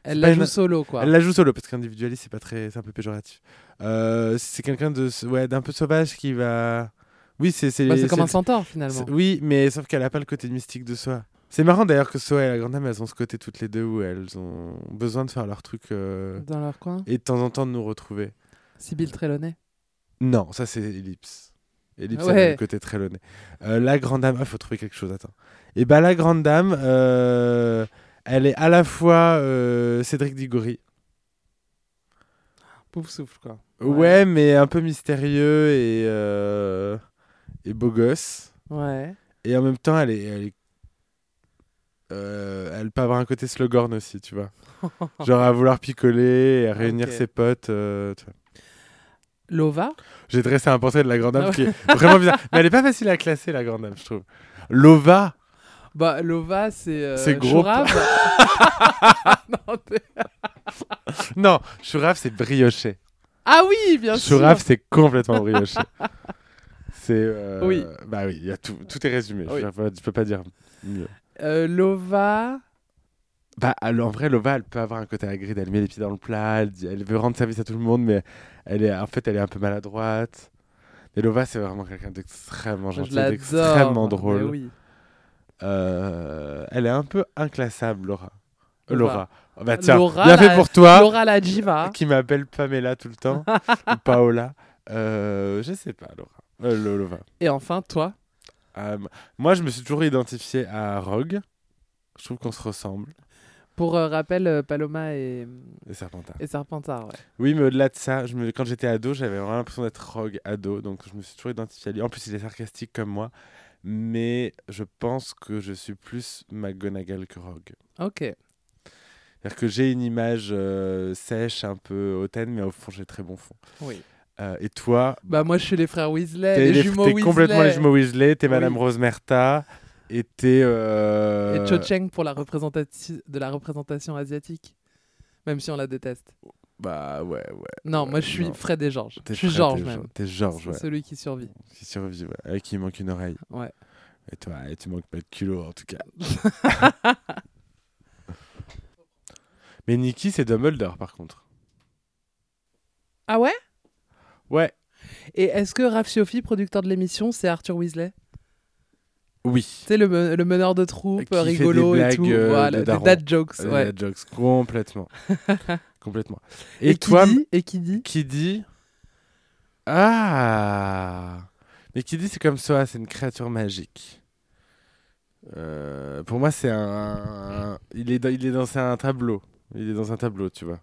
Speaker 1: elle
Speaker 2: pas
Speaker 1: la
Speaker 2: une-
Speaker 1: joue solo, quoi.
Speaker 2: Elle la joue solo parce qu'individualiste, c'est pas très, c'est un peu péjoratif. Euh, c'est quelqu'un de, ouais, d'un peu sauvage qui va. Oui, c'est c'est.
Speaker 1: Bah, c'est
Speaker 2: c'est
Speaker 1: comme un
Speaker 2: le-
Speaker 1: centaure,
Speaker 2: c'est-
Speaker 1: finalement.
Speaker 2: Oui, mais sauf qu'elle n'a pas le côté mystique de soi. C'est marrant d'ailleurs que Soa et la grande dame, elles ont ce côté toutes les deux où elles ont besoin de faire leur truc euh,
Speaker 1: Dans leur coin.
Speaker 2: et de temps en temps de nous retrouver.
Speaker 1: Sibyl Trelawney.
Speaker 2: Non, ça c'est Ellipse. Ellipse,
Speaker 1: Ah Ouais.
Speaker 2: elle a le côté très lonné. la grande dame, il faut trouver quelque chose, attends. Et bah la grande dame, euh, elle est à la fois euh, Cédric Diggory.
Speaker 1: Pouf souffle, quoi.
Speaker 2: Ouais.
Speaker 1: Ouais.
Speaker 2: mais un peu mystérieux et, euh, et beau gosse.
Speaker 1: Ouais.
Speaker 2: Et en même temps, elle est... Elle, est- euh, elle peut avoir un côté slogorn aussi, tu vois. Genre à vouloir picoler et à réunir
Speaker 1: Ok.
Speaker 2: ses potes. euh, tu vois.
Speaker 1: Lova
Speaker 2: J'ai dressé un portrait de la grande dame
Speaker 1: Ah ouais.
Speaker 2: qui est vraiment bizarre. Mais elle est pas facile à classer, la grande dame, je trouve. Lova,
Speaker 1: Bah, Lova, c'est. euh,
Speaker 2: C'est gros,
Speaker 1: Chourave. Non, t'es-
Speaker 2: Non, Chouraf, c'est brioché.
Speaker 1: ah oui, bien sûr.
Speaker 2: Chouraf, c'est complètement brioché. C'est. euh,
Speaker 1: Oui.
Speaker 2: Bah oui, il y a tout, tout est résumé. Je
Speaker 1: Oui.
Speaker 2: veux dire, Je peux pas dire mieux.
Speaker 1: Euh, Lova.
Speaker 2: Bah, alors, en vrai, Lova, elle peut avoir un côté agride. Elle met les pieds dans le plat, elle, dit- elle veut rendre service à tout le monde, mais elle est, en fait, elle est un peu maladroite. Mais Lova, c'est vraiment quelqu'un d'extrêmement
Speaker 1: Je
Speaker 2: gentil,
Speaker 1: l'adore.
Speaker 2: d'extrêmement
Speaker 1: mais
Speaker 2: drôle.
Speaker 1: oui.
Speaker 2: Euh, elle est un peu inclassable, Laura. Euh,
Speaker 1: Laura.
Speaker 2: Laura. Ah Bah tiens,
Speaker 1: Laura,
Speaker 2: bien
Speaker 1: la-
Speaker 2: fait pour toi,
Speaker 1: Laura la diva.
Speaker 2: qui m'appelle Pamela tout le temps, ou Paola. Euh, je sais pas, Laura. Euh, Lo- Lova.
Speaker 1: Et enfin, toi.
Speaker 2: Euh, m- moi, je me suis toujours identifié à Rogue. Je trouve qu'on se ressemble.
Speaker 1: Pour euh, rappel, euh, Paloma et,
Speaker 2: Et Serpentard.
Speaker 1: et Serpentard. ouais.
Speaker 2: Oui, mais au-delà de ça, je me- quand j'étais ado, j'avais vraiment l'impression d'être Rogue ado, donc je me suis toujours identifié à lui. En plus, il est sarcastique comme moi, mais je pense que je suis plus McGonagall que Rogue.
Speaker 1: Ok.
Speaker 2: C'est-à-dire que j'ai une image euh, sèche, un peu hautaine, mais au fond, j'ai très bon fond.
Speaker 1: Oui.
Speaker 2: Euh, et toi,
Speaker 1: Bah, moi, je suis les frères Weasley,
Speaker 2: t'es
Speaker 1: les,
Speaker 2: les-
Speaker 1: jumeaux
Speaker 2: t'es
Speaker 1: Weasley.
Speaker 2: complètement les jumeaux Weasley, t'es
Speaker 1: Oui.
Speaker 2: Madame Rosemerta, et t'es. euh,
Speaker 1: Et Cho Cheng pour la représentation de la représentation asiatique. Même si on la déteste.
Speaker 2: Bah ouais, ouais.
Speaker 1: Non,
Speaker 2: Ouais,
Speaker 1: moi, je suis
Speaker 2: non.
Speaker 1: Fred et Georges. Je
Speaker 2: T'es
Speaker 1: suis
Speaker 2: frère,
Speaker 1: Georges,
Speaker 2: t'es
Speaker 1: même.
Speaker 2: Georges- T'es Georges,
Speaker 1: C'est
Speaker 2: ouais.
Speaker 1: celui qui survit.
Speaker 2: Qui survit, ouais. Avec qui il manque une oreille.
Speaker 1: Ouais.
Speaker 2: Et toi, et tu manques pas de culot, en tout cas. mais Nikki, c'est Dumbledore, par contre.
Speaker 1: Ah ouais
Speaker 2: Ouais.
Speaker 1: Et est-ce que Raph Siofi, producteur de l'émission, c'est Arthur Weasley
Speaker 2: Oui.
Speaker 1: Tu sais, le, me- le meneur de
Speaker 2: Qui
Speaker 1: troupe,
Speaker 2: fait des
Speaker 1: rigolo et
Speaker 2: blagues,
Speaker 1: tout.
Speaker 2: euh, de
Speaker 1: voilà, des
Speaker 2: daron.
Speaker 1: dad jokes.
Speaker 2: Euh,
Speaker 1: ouais.
Speaker 2: la jokes, complètement. complètement.
Speaker 1: Et,
Speaker 2: Et,
Speaker 1: qui
Speaker 2: toi,
Speaker 1: dit- Et qui dit
Speaker 2: qui dit Ah Mais qui dit c'est comme ça, c'est une créature magique. Euh, pour moi, c'est un. Il est, dans, il est dans un tableau. Il est dans un tableau, tu vois.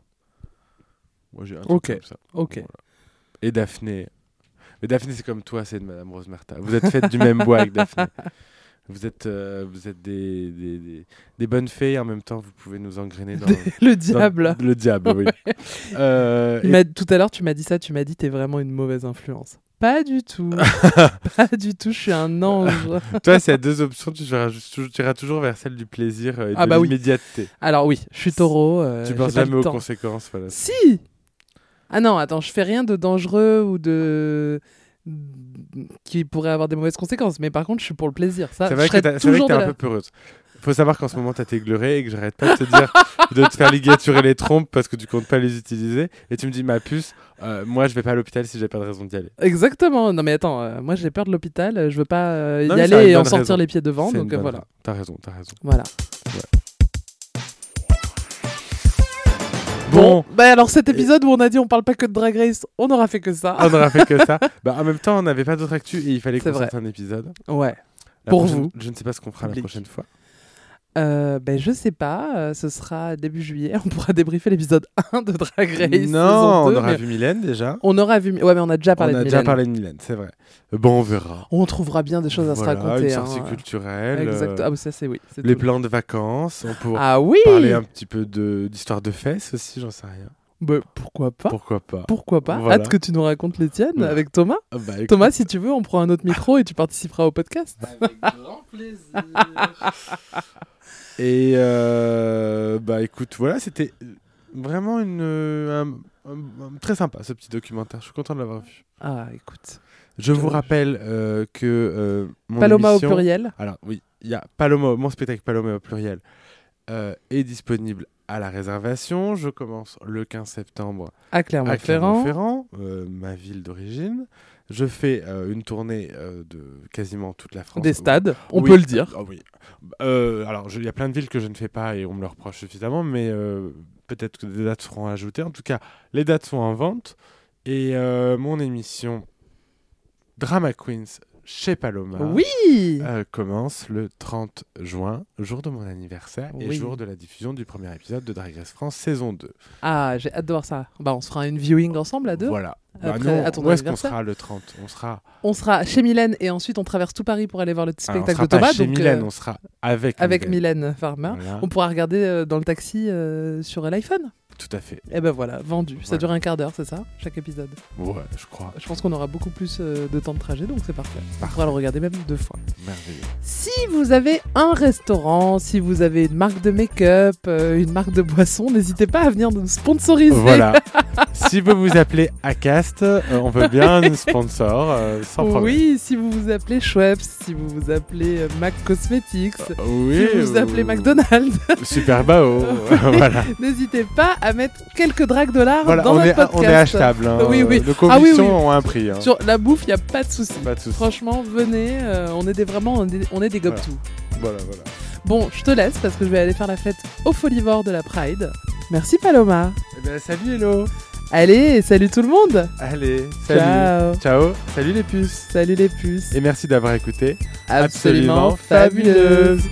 Speaker 2: Moi, j'ai un truc
Speaker 1: Ok.
Speaker 2: comme ça.
Speaker 1: Ok.
Speaker 2: Voilà. Et Daphné. Mais Daphné, c'est comme toi, c'est de Madame Rose Martha. Vous êtes faites du même bois avec Daphné. Vous êtes, euh, vous êtes des, des, des- des bonnes fées et en même temps, vous pouvez nous engrainer dans,
Speaker 1: Le
Speaker 2: dans-
Speaker 1: diable.
Speaker 2: Le diable, oui. Euh,
Speaker 1: Tu
Speaker 2: et
Speaker 1: m'as- Tout à l'heure, tu m'as dit ça, tu m'as dit t'es vraiment une mauvaise influence. Pas du tout. pas du tout, je suis un ange.
Speaker 2: Toi, s'il y a deux options, tu iras, juste- tu iras toujours vers celle du plaisir euh, et
Speaker 1: Ah
Speaker 2: de
Speaker 1: bah oui.
Speaker 2: l'immédiateté.
Speaker 1: Alors oui, je suis taureau. euh,
Speaker 2: tu
Speaker 1: j'ai
Speaker 2: penses
Speaker 1: pas le
Speaker 2: jamais aux
Speaker 1: temps.
Speaker 2: conséquences. voilà.
Speaker 1: Si Ah non, attends, je fais rien de dangereux ou de qui pourrait avoir des mauvaises conséquences. Mais par contre, je suis pour le plaisir. Ça,
Speaker 2: C'est
Speaker 1: je
Speaker 2: vrai que
Speaker 1: serais
Speaker 2: t'as- c'est vrai que
Speaker 1: toujours
Speaker 2: t'es
Speaker 1: de
Speaker 2: un
Speaker 1: la-
Speaker 2: peu peureuse. Faut savoir qu'en ce moment, t'as tes gleurés et que j'arrête pas de te dire de te faire ligaturer les trompes parce que tu comptes pas les utiliser. Et tu me dis, ma puce, euh, moi, je vais pas à l'hôpital si j'ai pas de raison d'y aller.
Speaker 1: Exactement. Non mais attends, euh, moi j'ai peur de l'hôpital. euh, Je veux pas euh, y
Speaker 2: Non, mais ça a
Speaker 1: aller
Speaker 2: une
Speaker 1: et en
Speaker 2: bonne
Speaker 1: sortir
Speaker 2: raison.
Speaker 1: les pieds devant.
Speaker 2: C'est une
Speaker 1: Donc euh,
Speaker 2: bonne-
Speaker 1: voilà.
Speaker 2: T'as raison, t'as raison.
Speaker 1: Voilà.
Speaker 2: Bon,
Speaker 1: bah alors cet épisode où on a dit on parle pas que de Drag Race, on aura fait que ça.
Speaker 2: on aura fait que ça. Bah, en même temps, on n'avait pas d'autre actu et il fallait
Speaker 1: C'est
Speaker 2: qu'on
Speaker 1: vrai.
Speaker 2: sorte un épisode.
Speaker 1: Ouais.
Speaker 2: La
Speaker 1: Pour
Speaker 2: prochaine-
Speaker 1: vous.
Speaker 2: Je ne sais pas ce qu'on fera la
Speaker 1: Public.
Speaker 2: prochaine fois.
Speaker 1: Euh, ben je sais pas, euh, ce sera début juillet, on pourra débriefer l'épisode 1 de Drag Race. saison
Speaker 2: non, on
Speaker 1: 2,
Speaker 2: aura
Speaker 1: mais
Speaker 2: vu Mylène déjà.
Speaker 1: on aura vu. Ouais, mais on a déjà
Speaker 2: On
Speaker 1: parlé
Speaker 2: a
Speaker 1: de
Speaker 2: déjà
Speaker 1: Mylène.
Speaker 2: parlé de Mylène, c'est vrai. Euh, Bon, on verra.
Speaker 1: On trouvera bien des choses à
Speaker 2: Voilà,
Speaker 1: se raconter.
Speaker 2: Une
Speaker 1: hein.
Speaker 2: sortie culturelle.
Speaker 1: Exact.
Speaker 2: euh,
Speaker 1: Ah, oui, ça c'est oui. c'est
Speaker 2: les
Speaker 1: tout.
Speaker 2: plans de vacances. On pourra
Speaker 1: Ah oui
Speaker 2: parler un petit peu de- d'histoire de, fesses aussi, j'en sais rien.
Speaker 1: Bah, Pourquoi pas
Speaker 2: Pourquoi pas
Speaker 1: Pourquoi pas
Speaker 2: Voilà.
Speaker 1: Hâte que tu nous racontes les tiennes
Speaker 2: Voilà.
Speaker 1: avec Thomas.
Speaker 2: Ah bah, écoute,
Speaker 1: Thomas, si tu veux, on prend un autre micro et tu participeras au podcast.
Speaker 4: Avec grand plaisir.
Speaker 2: Et euh, bah écoute, voilà, c'était vraiment une, euh, un- un- un- très sympa ce petit documentaire. Je suis content de l'avoir vu.
Speaker 1: Ah, écoute.
Speaker 2: Je vous
Speaker 1: Dommage.
Speaker 2: rappelle euh, que euh, mon
Speaker 1: Paloma
Speaker 2: émission-
Speaker 1: au pluriel.
Speaker 2: Alors oui, il y a Paloma, mon spectacle Paloma au pluriel euh, est disponible à la réservation. Je commence le 15 septembre
Speaker 1: À
Speaker 2: à
Speaker 1: Clermont-Ferrand.
Speaker 2: Clermont-Ferrand, euh, ma ville d'origine. Je fais euh, une tournée euh, de quasiment toute la France.
Speaker 1: Des stades, on
Speaker 2: Oui.
Speaker 1: peut le dire.
Speaker 2: Ah oui. Euh, alors, je- il y a plein de villes que je ne fais pas et on me le reproche suffisamment, mais euh, peut-être que des dates seront ajoutées. En tout cas, les dates sont en vente. Et euh, mon émission Drama Queens chez Paloma
Speaker 1: Oui
Speaker 2: euh, commence le 30 juin, jour de mon anniversaire et
Speaker 1: Oui.
Speaker 2: jour de la diffusion du premier épisode de Drag Race France saison 2.
Speaker 1: Ah, j'ai hâte de voir ça. Bah, on se fera une viewing ensemble à deux.
Speaker 2: Voilà. Bah
Speaker 1: Après-
Speaker 2: non,
Speaker 1: à ton
Speaker 2: où est-ce qu'on
Speaker 1: anniversaire
Speaker 2: sera le 30 On sera,
Speaker 1: On sera chez Mylène et ensuite on traverse tout Paris pour aller voir le petit
Speaker 2: enfin, Ah, on
Speaker 1: spectacle
Speaker 2: sera
Speaker 1: de Thomas.
Speaker 2: pas chez
Speaker 1: donc, euh,
Speaker 2: Mylène, on sera avec,
Speaker 1: avec Mylène Farmer.
Speaker 2: Voilà.
Speaker 1: On pourra regarder euh, dans le taxi euh, sur l'iPhone.
Speaker 2: Tout à fait.
Speaker 1: Et ben voilà, vendu. Ça
Speaker 2: Voilà.
Speaker 1: dure un quart d'heure, c'est ça, chaque épisode.
Speaker 2: Ouais, je crois.
Speaker 1: Je pense qu'on aura beaucoup plus euh, de temps de trajet, donc c'est parfait. On pourra le regarder même deux fois.
Speaker 2: Merveilleux.
Speaker 1: Si vous avez un restaurant, si vous avez une marque de make-up, euh, une marque de boisson, n'hésitez pas à venir nous sponsoriser.
Speaker 2: Voilà. si vous vous appelez Acast, euh, on veut bien un sponsor, euh, sans problème.
Speaker 1: Oui, si vous vous appelez Schweppes, si vous vous appelez euh, Mac Cosmetics, si
Speaker 2: Oui. euh,
Speaker 1: vous vous appelez
Speaker 2: ou-
Speaker 1: McDonald's,
Speaker 2: Super Bao. voilà.
Speaker 1: n'hésitez pas à mettre quelques dracs dollars
Speaker 2: Voilà,
Speaker 1: dans
Speaker 2: on,
Speaker 1: notre
Speaker 2: est,
Speaker 1: podcast.
Speaker 2: on est achetable. hein.
Speaker 1: Oui, oui.
Speaker 2: Nos
Speaker 1: Ah oui, oui.
Speaker 2: convictions ont un prix. hein.
Speaker 1: Sur la bouffe, il n'y a pas de souci.
Speaker 2: Pas de soucis.
Speaker 1: Franchement, venez, euh, on est des, vraiment on est des, on est des
Speaker 2: Voilà.
Speaker 1: gobe-tout.
Speaker 2: Voilà, voilà.
Speaker 1: Bon, je te laisse parce que je vais aller faire la fête au Folivore de la Pride. Merci Paloma.
Speaker 2: Eh ben, salut, Hello.
Speaker 1: Allez, salut tout le monde.
Speaker 2: Allez, salut.
Speaker 1: Ciao.
Speaker 2: Ciao. Salut les puces.
Speaker 1: Salut les puces.
Speaker 2: Et merci d'avoir écouté.
Speaker 1: Absolument fabuleuse.